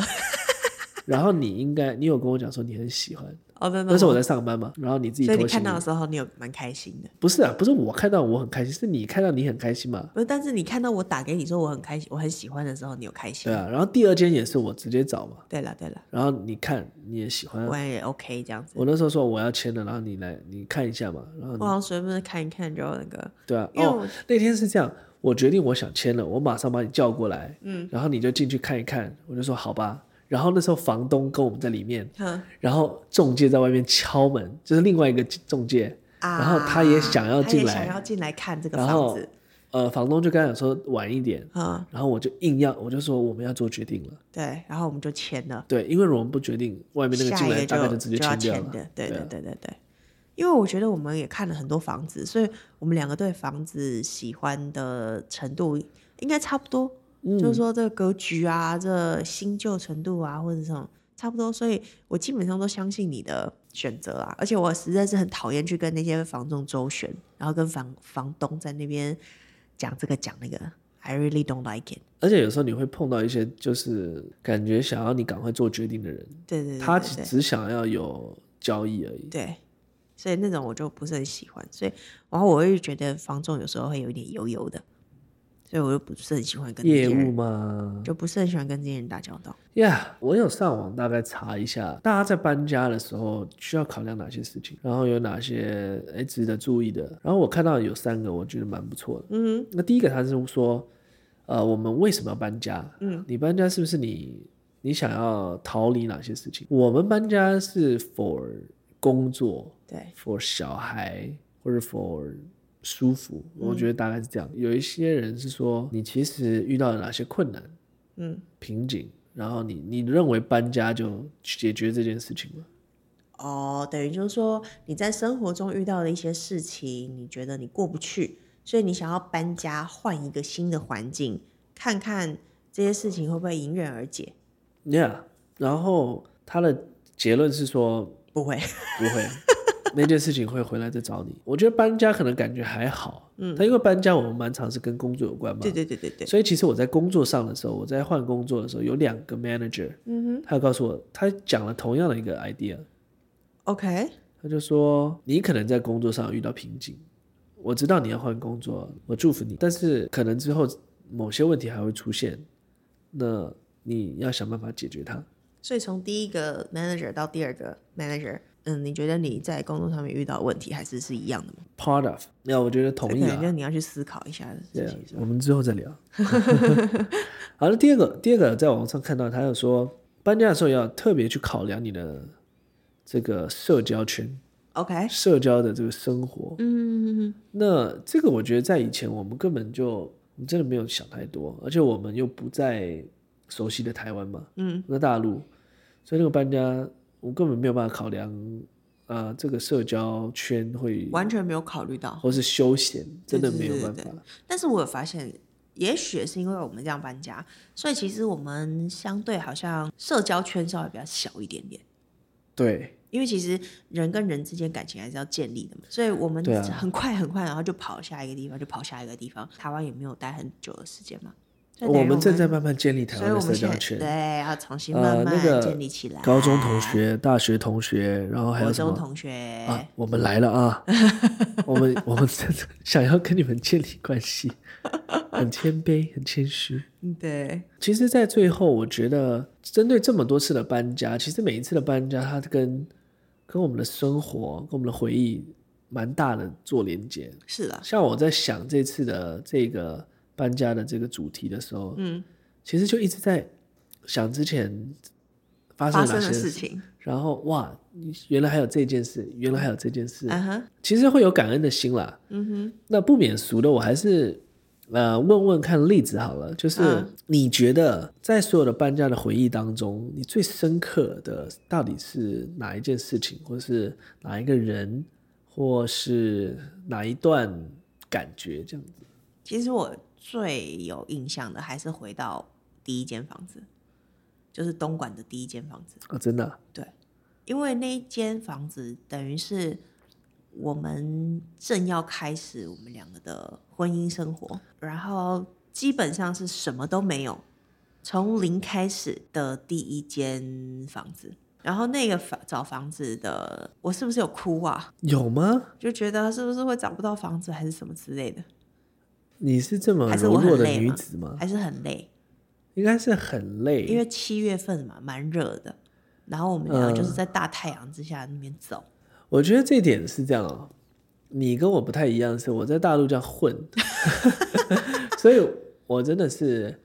Speaker 1: 然后你应该，你有跟我讲说你很喜欢，
Speaker 2: 哦，没有没有，
Speaker 1: 那时候我在上班嘛，然后你自己
Speaker 2: 所以你
Speaker 1: 拖行
Speaker 2: 看到的
Speaker 1: 李，
Speaker 2: 时候，你有蛮开心的。
Speaker 1: 不是啊，不是我看到我很开心，是你看到你很开心嘛，
Speaker 2: 不是，但是你看到我打给你说我很开心，我很喜欢的时候，你有开心。
Speaker 1: 对啊，然后第二间也是我直接找嘛，
Speaker 2: 对了对了，
Speaker 1: 然后你看你也喜欢啊，
Speaker 2: 我也 OK 这样子。
Speaker 1: 我那时候说我要签了，然后你来你看一下嘛，然后
Speaker 2: 我好像随便看一看就那个，
Speaker 1: 对啊，
Speaker 2: 因为
Speaker 1: 哦
Speaker 2: 我，
Speaker 1: 那天是这样，我决定我想签了，我马上把你叫过来，嗯，然后你就进去看一看，我就说好吧。然后那时候房东跟我们在里面，
Speaker 2: 哼
Speaker 1: 然后中介在外面敲门，就是另外一个中介，
Speaker 2: 啊，
Speaker 1: 然后他也想要进来
Speaker 2: 他也想要进来看这个
Speaker 1: 然
Speaker 2: 房
Speaker 1: 后
Speaker 2: 子，
Speaker 1: 呃，房东就跟他讲说晚一点，
Speaker 2: 嗯，
Speaker 1: 然后我就硬要，我就说我们要做决定了，
Speaker 2: 对，然后我们就签了，
Speaker 1: 对，因为我们不决定，外面那个
Speaker 2: 下
Speaker 1: 进
Speaker 2: 一
Speaker 1: 来
Speaker 2: 个
Speaker 1: 大概
Speaker 2: 就
Speaker 1: 直接
Speaker 2: 要
Speaker 1: 签掉
Speaker 2: 签
Speaker 1: 了
Speaker 2: 的，，对
Speaker 1: 对
Speaker 2: 对
Speaker 1: 啊
Speaker 2: 对对对。因为我觉得我们也看了很多房子，所以我们两个对房子喜欢的程度应该差不多，
Speaker 1: 嗯
Speaker 2: 就是说这个格局啊，这新旧程度啊，或者什么差不多，所以我基本上都相信你的选择啊。而且我实在是很讨厌去跟那些房仲周旋，然后跟房房东在那边讲这个讲那个，I really don't like it。
Speaker 1: 而且有时候你会碰到一些就是感觉想要你赶快做决定的人，
Speaker 2: 对对对对
Speaker 1: 他
Speaker 2: 对
Speaker 1: 只只想要有交易而已，
Speaker 2: 对，所以那种我就不是很喜欢，所以然后我会觉得房仲有时候会有一点油油的，所以我就不是很喜欢跟这
Speaker 1: 业
Speaker 2: 些
Speaker 1: 务
Speaker 2: 人，
Speaker 1: 嘛，
Speaker 2: 就不是很喜欢跟这些人打交道。
Speaker 1: 呀我有上网大概查一下，大家在搬家的时候需要考量哪些事情，然后有哪些哎值得注意的。然后我看到有三个，我觉得蛮不错的。
Speaker 2: 嗯，
Speaker 1: 那第一个他是说，呃，我们为什么要搬家？嗯，你搬家是不是你你想要逃离哪些事情？我们搬家是 for 工作
Speaker 2: 对，
Speaker 1: ，for 小孩，或者 for 舒服，我觉得大概是这样。有一些人是说，你其实遇到了哪些困难。
Speaker 2: 嗯，
Speaker 1: 瓶颈，然后你你认为搬家就解决这件事情吗？
Speaker 2: 哦，等于就是说你在生活中遇到的一些事情，你觉得你过不去，所以你想要搬家，换一个新的环境，看看这些事情会不会迎刃而解？
Speaker 1: ？Yeah，然后他的结论是说
Speaker 2: 不会，
Speaker 1: 不会，啊 那件事情会回来再找你。我觉得搬家可能感觉还好，嗯，但因为搬家我们蛮常是跟工作有关嘛，
Speaker 2: 对对对对对，
Speaker 1: 所以其实我在工作上的时候，我在换工作的时候，有两个 manager，
Speaker 2: 嗯哼
Speaker 1: 他有告诉我，他讲了同样的一个 idea，
Speaker 2: ，OK，
Speaker 1: 他就说你可能在工作上遇到瓶颈，我知道你要换工作，我祝福你，但是可能之后某些问题还会出现，那你要想办法解决它。
Speaker 2: 所以从第一个 manager 到第二个 manager，嗯，你觉得你在工作上面遇到的问题还是是一样的吗？
Speaker 1: Part of，那我觉得同意
Speaker 2: 这可能就
Speaker 1: 啊，
Speaker 2: 你要去思考一下的
Speaker 1: 对
Speaker 2: 事
Speaker 1: 啊
Speaker 2: 情。是吧
Speaker 1: 我们之后再聊。 好了，第二个，第二个在网上看到他有说，搬家的时候要特别去考量你的这个社交圈、
Speaker 2: OK，
Speaker 1: 社交的这个生活，
Speaker 2: 哎嗯，
Speaker 1: 那这个我觉得在以前我们根本就我们真的没有想太多，而且我们又不在熟悉的台湾嘛，
Speaker 2: 嗯，
Speaker 1: 那大陆，所以那个搬家我根本没有办法考量啊、呃这个社交圈会
Speaker 2: 完全没有考虑到。
Speaker 1: 或是休闲，真的
Speaker 2: 对
Speaker 1: 没
Speaker 2: 对
Speaker 1: 有
Speaker 2: 对
Speaker 1: 办
Speaker 2: 对
Speaker 1: 法。
Speaker 2: 但是我有发现，也许也是因为我们这样搬家，所以其实我们相对好像社交圈稍微比较小一点点。
Speaker 1: 对
Speaker 2: 因为其实人跟人之间感情还是要建立的嘛，所以我们
Speaker 1: 对啊
Speaker 2: 很快很快，然后就跑下一个地方，就跑下一个地方。台湾也没有待很久的时间嘛，所以等于
Speaker 1: 我们正在慢慢建立台
Speaker 2: 所以
Speaker 1: 湾
Speaker 2: 我
Speaker 1: 的社
Speaker 2: 们现
Speaker 1: 交
Speaker 2: 在
Speaker 1: 圈，
Speaker 2: 对要重新
Speaker 1: 呃
Speaker 2: 慢
Speaker 1: 那
Speaker 2: 慢
Speaker 1: 个
Speaker 2: 建立起来。
Speaker 1: 高中同、学、大学同学，然后还有
Speaker 2: 国
Speaker 1: 什
Speaker 2: 中
Speaker 1: 么
Speaker 2: 同学，
Speaker 1: 啊？我们来了啊！ 我们我们真的想要跟你们建立关 系，很谦卑，很谦虚。
Speaker 2: 嗯对，
Speaker 1: 其实，在最后，我觉得针对这么多次的搬家，其实每一次的搬家，它跟跟我们的生活、跟我们的回忆蛮大的做连接。
Speaker 2: 是的，
Speaker 1: 像我在想这次的这个搬家的这个主题的时候，
Speaker 2: 嗯，
Speaker 1: 其实就一直在想之前发生
Speaker 2: 发
Speaker 1: 了
Speaker 2: 生
Speaker 1: 哪
Speaker 2: 的
Speaker 1: 些
Speaker 2: 事
Speaker 1: 事，
Speaker 2: 情，
Speaker 1: 然后哇，原来还有这件事，原来还有这件事，
Speaker 2: 啊哈，
Speaker 1: 其实会有感恩的心啦。
Speaker 2: 嗯哼，
Speaker 1: 那不免俗的，我还是呃问问看例子好了，就是
Speaker 2: 嗯
Speaker 1: 你觉得在所有的搬家的回忆当中，你最深刻的到底是哪一件事情，或是哪一个人，或是哪一段感觉这样子？
Speaker 2: 其实我最有印象的还是回到第一间房子，就是东莞的第一间房子。
Speaker 1: 啊、真的啊
Speaker 2: 对，因为那一间房子等于是我们正要开始我们两个的婚姻生活，然后基本上是什么都没有，从零开始的第一间房子。然后那个房找房子的，我是不是有哭啊？
Speaker 1: 有吗？
Speaker 2: 就觉得是不是会找不到房子，还是什么之类的，
Speaker 1: 你是这么
Speaker 2: 还是
Speaker 1: 柔
Speaker 2: 我
Speaker 1: 弱
Speaker 2: 很
Speaker 1: 的
Speaker 2: 累
Speaker 1: 女
Speaker 2: 嘛
Speaker 1: 子吗？
Speaker 2: 还是很累，
Speaker 1: 应该是很累，
Speaker 2: 因为七月份嘛，蛮热的。然后我们两个就是
Speaker 1: 嗯
Speaker 2: 在大太阳之下那边走，
Speaker 1: 我觉得这点是这样哦，你跟我不太一样，是我在大陆这样混， 所以我真的是，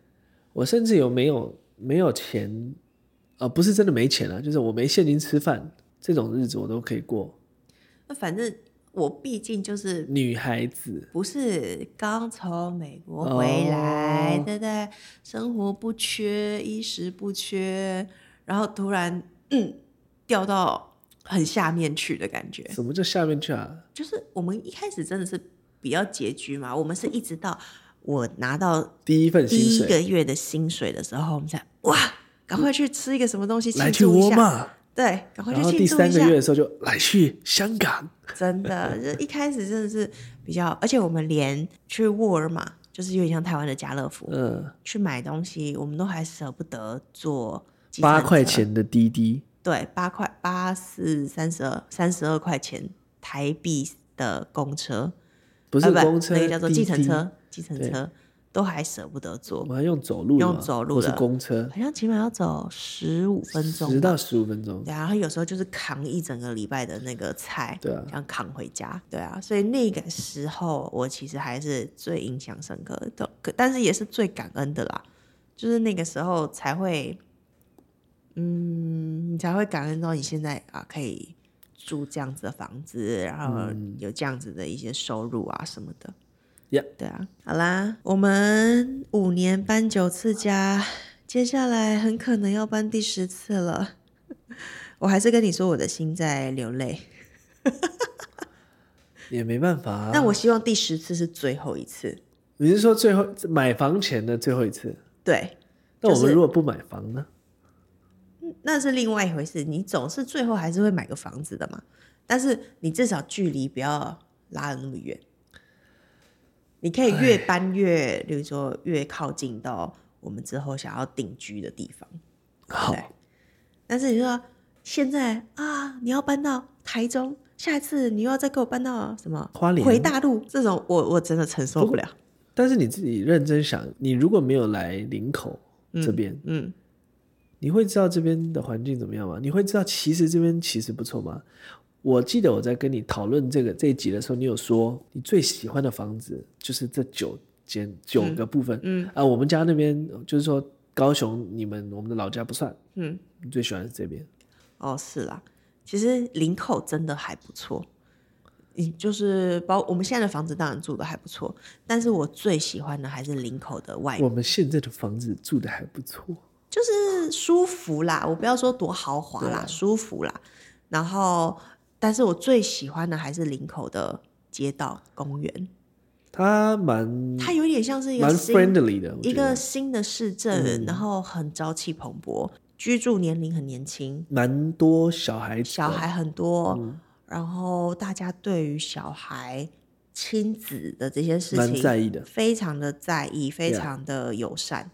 Speaker 1: 我甚至有没有没有钱，呃，不是真的没钱啊，就是我没现金吃饭这种日子我都可以过。
Speaker 2: 那反正我毕竟就是
Speaker 1: 女孩子
Speaker 2: 不是刚从美国回来，
Speaker 1: 哦
Speaker 2: 对不对？生活不缺，衣食不缺，然后突然嗯掉到很下面去的感觉，
Speaker 1: 什么叫下面去啊？
Speaker 2: 就是我们一开始真的是比较拮据嘛，我们是一直到我拿到
Speaker 1: 第一份薪
Speaker 2: 第一
Speaker 1: 水
Speaker 2: 个月的薪水的时候，我们才哇，赶快去吃一个什么东西
Speaker 1: 来
Speaker 2: 庆
Speaker 1: 去
Speaker 2: 祝一
Speaker 1: 窝
Speaker 2: 下，
Speaker 1: 嘛，
Speaker 2: 对，赶快
Speaker 1: 然
Speaker 2: 去
Speaker 1: 后
Speaker 2: 庆
Speaker 1: 第
Speaker 2: 祝一
Speaker 1: 三个
Speaker 2: 下
Speaker 1: 月。的时候就来去香港，
Speaker 2: 真 的，就是一开始真的是比较，而且我们连去沃尔玛，就是有点像台湾的家乐福，
Speaker 1: 嗯，
Speaker 2: 去买东西，我们都还舍不得坐计
Speaker 1: 八
Speaker 2: 程车
Speaker 1: 块，钱的滴滴，
Speaker 2: 对，八块八四三十二三十二块钱台币的公车，
Speaker 1: 不是
Speaker 2: 啊
Speaker 1: 公车，
Speaker 2: 那个叫做
Speaker 1: 滴
Speaker 2: 计程
Speaker 1: 滴，
Speaker 2: 车，计程
Speaker 1: 对
Speaker 2: 车都还舍不得
Speaker 1: 我
Speaker 2: 坐，
Speaker 1: 们还用走路的
Speaker 2: 用
Speaker 1: 嘛
Speaker 2: 走路
Speaker 1: 或是
Speaker 2: 的
Speaker 1: 公车，
Speaker 2: 好像起码要走十五分
Speaker 1: 十
Speaker 2: 钟吧。
Speaker 1: 到十五分钟。
Speaker 2: 对啊，然后有时候就是扛一整个礼拜的那个菜，
Speaker 1: 对啊
Speaker 2: 这样扛回家，对啊，所以那个时候我其实还是最印象深刻的，可但是也是最感恩的啦，就是那个时候才会，嗯，你才会感恩到你现在啊可以住这样子的房子，然后有这样子的一些收入啊什么的。
Speaker 1: 嗯 Yeah
Speaker 2: 对啊，好啦，我们五年搬九次家，接下来很可能要搬第十次了。 我还是跟你说，我的心在流泪。
Speaker 1: 也没办法、啊。
Speaker 2: 但我希望第十次是最后一次。
Speaker 1: 你是说最后买房前的最后一次？
Speaker 2: 对，
Speaker 1: 那我
Speaker 2: 就
Speaker 1: 们
Speaker 2: 是
Speaker 1: 如果不买房呢？
Speaker 2: 那是另外一回事。你总是最后还是会买个房子的嘛，但是你至少距离不要拉的那么远。你可以越搬越，比如说越靠近到我们之后想要定居的地方。
Speaker 1: 好
Speaker 2: 对，但是你说现在啊，你要搬到台中，下一次你又要再给我搬到什么
Speaker 1: 花莲
Speaker 2: 回大陆这种我，我真的承受不了。
Speaker 1: 但是你自己认真想，你如果没有来林口这边，
Speaker 2: 嗯，
Speaker 1: 你会知道这边的环境怎么样吗？你会知道其实这边其实不错吗？我记得我在跟你讨论这个这一集的时候，你有说你最喜欢的房子就是这九间九个部分，嗯啊、我们家那边就是说高雄，你们我们的老家不算，
Speaker 2: 嗯，
Speaker 1: 你最喜欢是这边，
Speaker 2: 哦，是啦，其实林口真的还不错。你就是包我们现在的房子，当然住的还不错，但是我最喜欢的还是林口的外
Speaker 1: 我们现在的房子住的还不错，
Speaker 2: 就是舒服啦，我不要说多豪华啦，舒服啦。然后，但是我最喜欢的还是林口的街道公园，
Speaker 1: 它蛮
Speaker 2: 它有点像是一
Speaker 1: 嗯蛮
Speaker 2: 个新
Speaker 1: friendly 的，我
Speaker 2: 一
Speaker 1: 觉得嗯
Speaker 2: 个新的市政，然后很朝气蓬勃，居住年龄很年轻，
Speaker 1: 蛮多小孩子的
Speaker 2: 小孩很多，
Speaker 1: 嗯
Speaker 2: 然后大家对于小孩。亲子的这些事
Speaker 1: 蛮
Speaker 2: 情
Speaker 1: 在意的，啊
Speaker 2: 非常的在意，非
Speaker 1: Yeah
Speaker 2: 常的友善。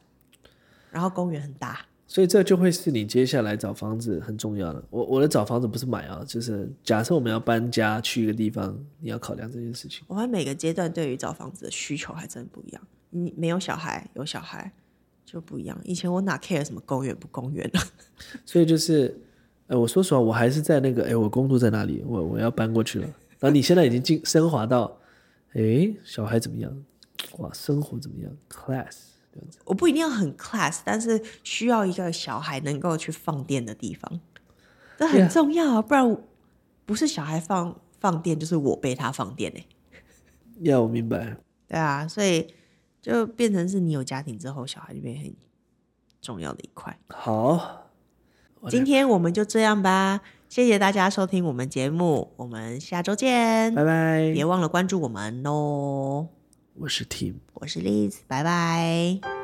Speaker 2: 然后公园很大，
Speaker 1: 所以这就会是你接下来找房子很重要的。我我的找房子不是买啊，就是假设我们要搬家去一个地方，你要考量这件事情。
Speaker 2: 我发现每个阶段对于找房子的需求还真不一样。你没有小孩，有小孩就不一样。以前我哪 care 什么公园不公园 啊？
Speaker 1: 所以就是，呃，我说实话，我还是在那个，哎，我工作在哪里？我我要搬过去了。然后你现在已经进升华到，哎，小孩怎么样？哇，生活怎么样？Class 这样子。
Speaker 2: 我不一定要很 class，但是需要一个小孩能够去放电的地方，这很
Speaker 1: Yeah
Speaker 2: 重要啊！不然我不是小孩放放电，就是我被他放电哎、
Speaker 1: 呀、我明白。
Speaker 2: 对啊，所以就变成是你有家庭之后，小孩就变很重要的一块。
Speaker 1: 好，Whatever
Speaker 2: 今天我们就这样吧，谢谢大家收听我们节目，我们下周见，
Speaker 1: 拜拜
Speaker 2: 别。忘了关注我们哦。
Speaker 1: 我是 Tim。
Speaker 2: 我是 Liz，拜拜。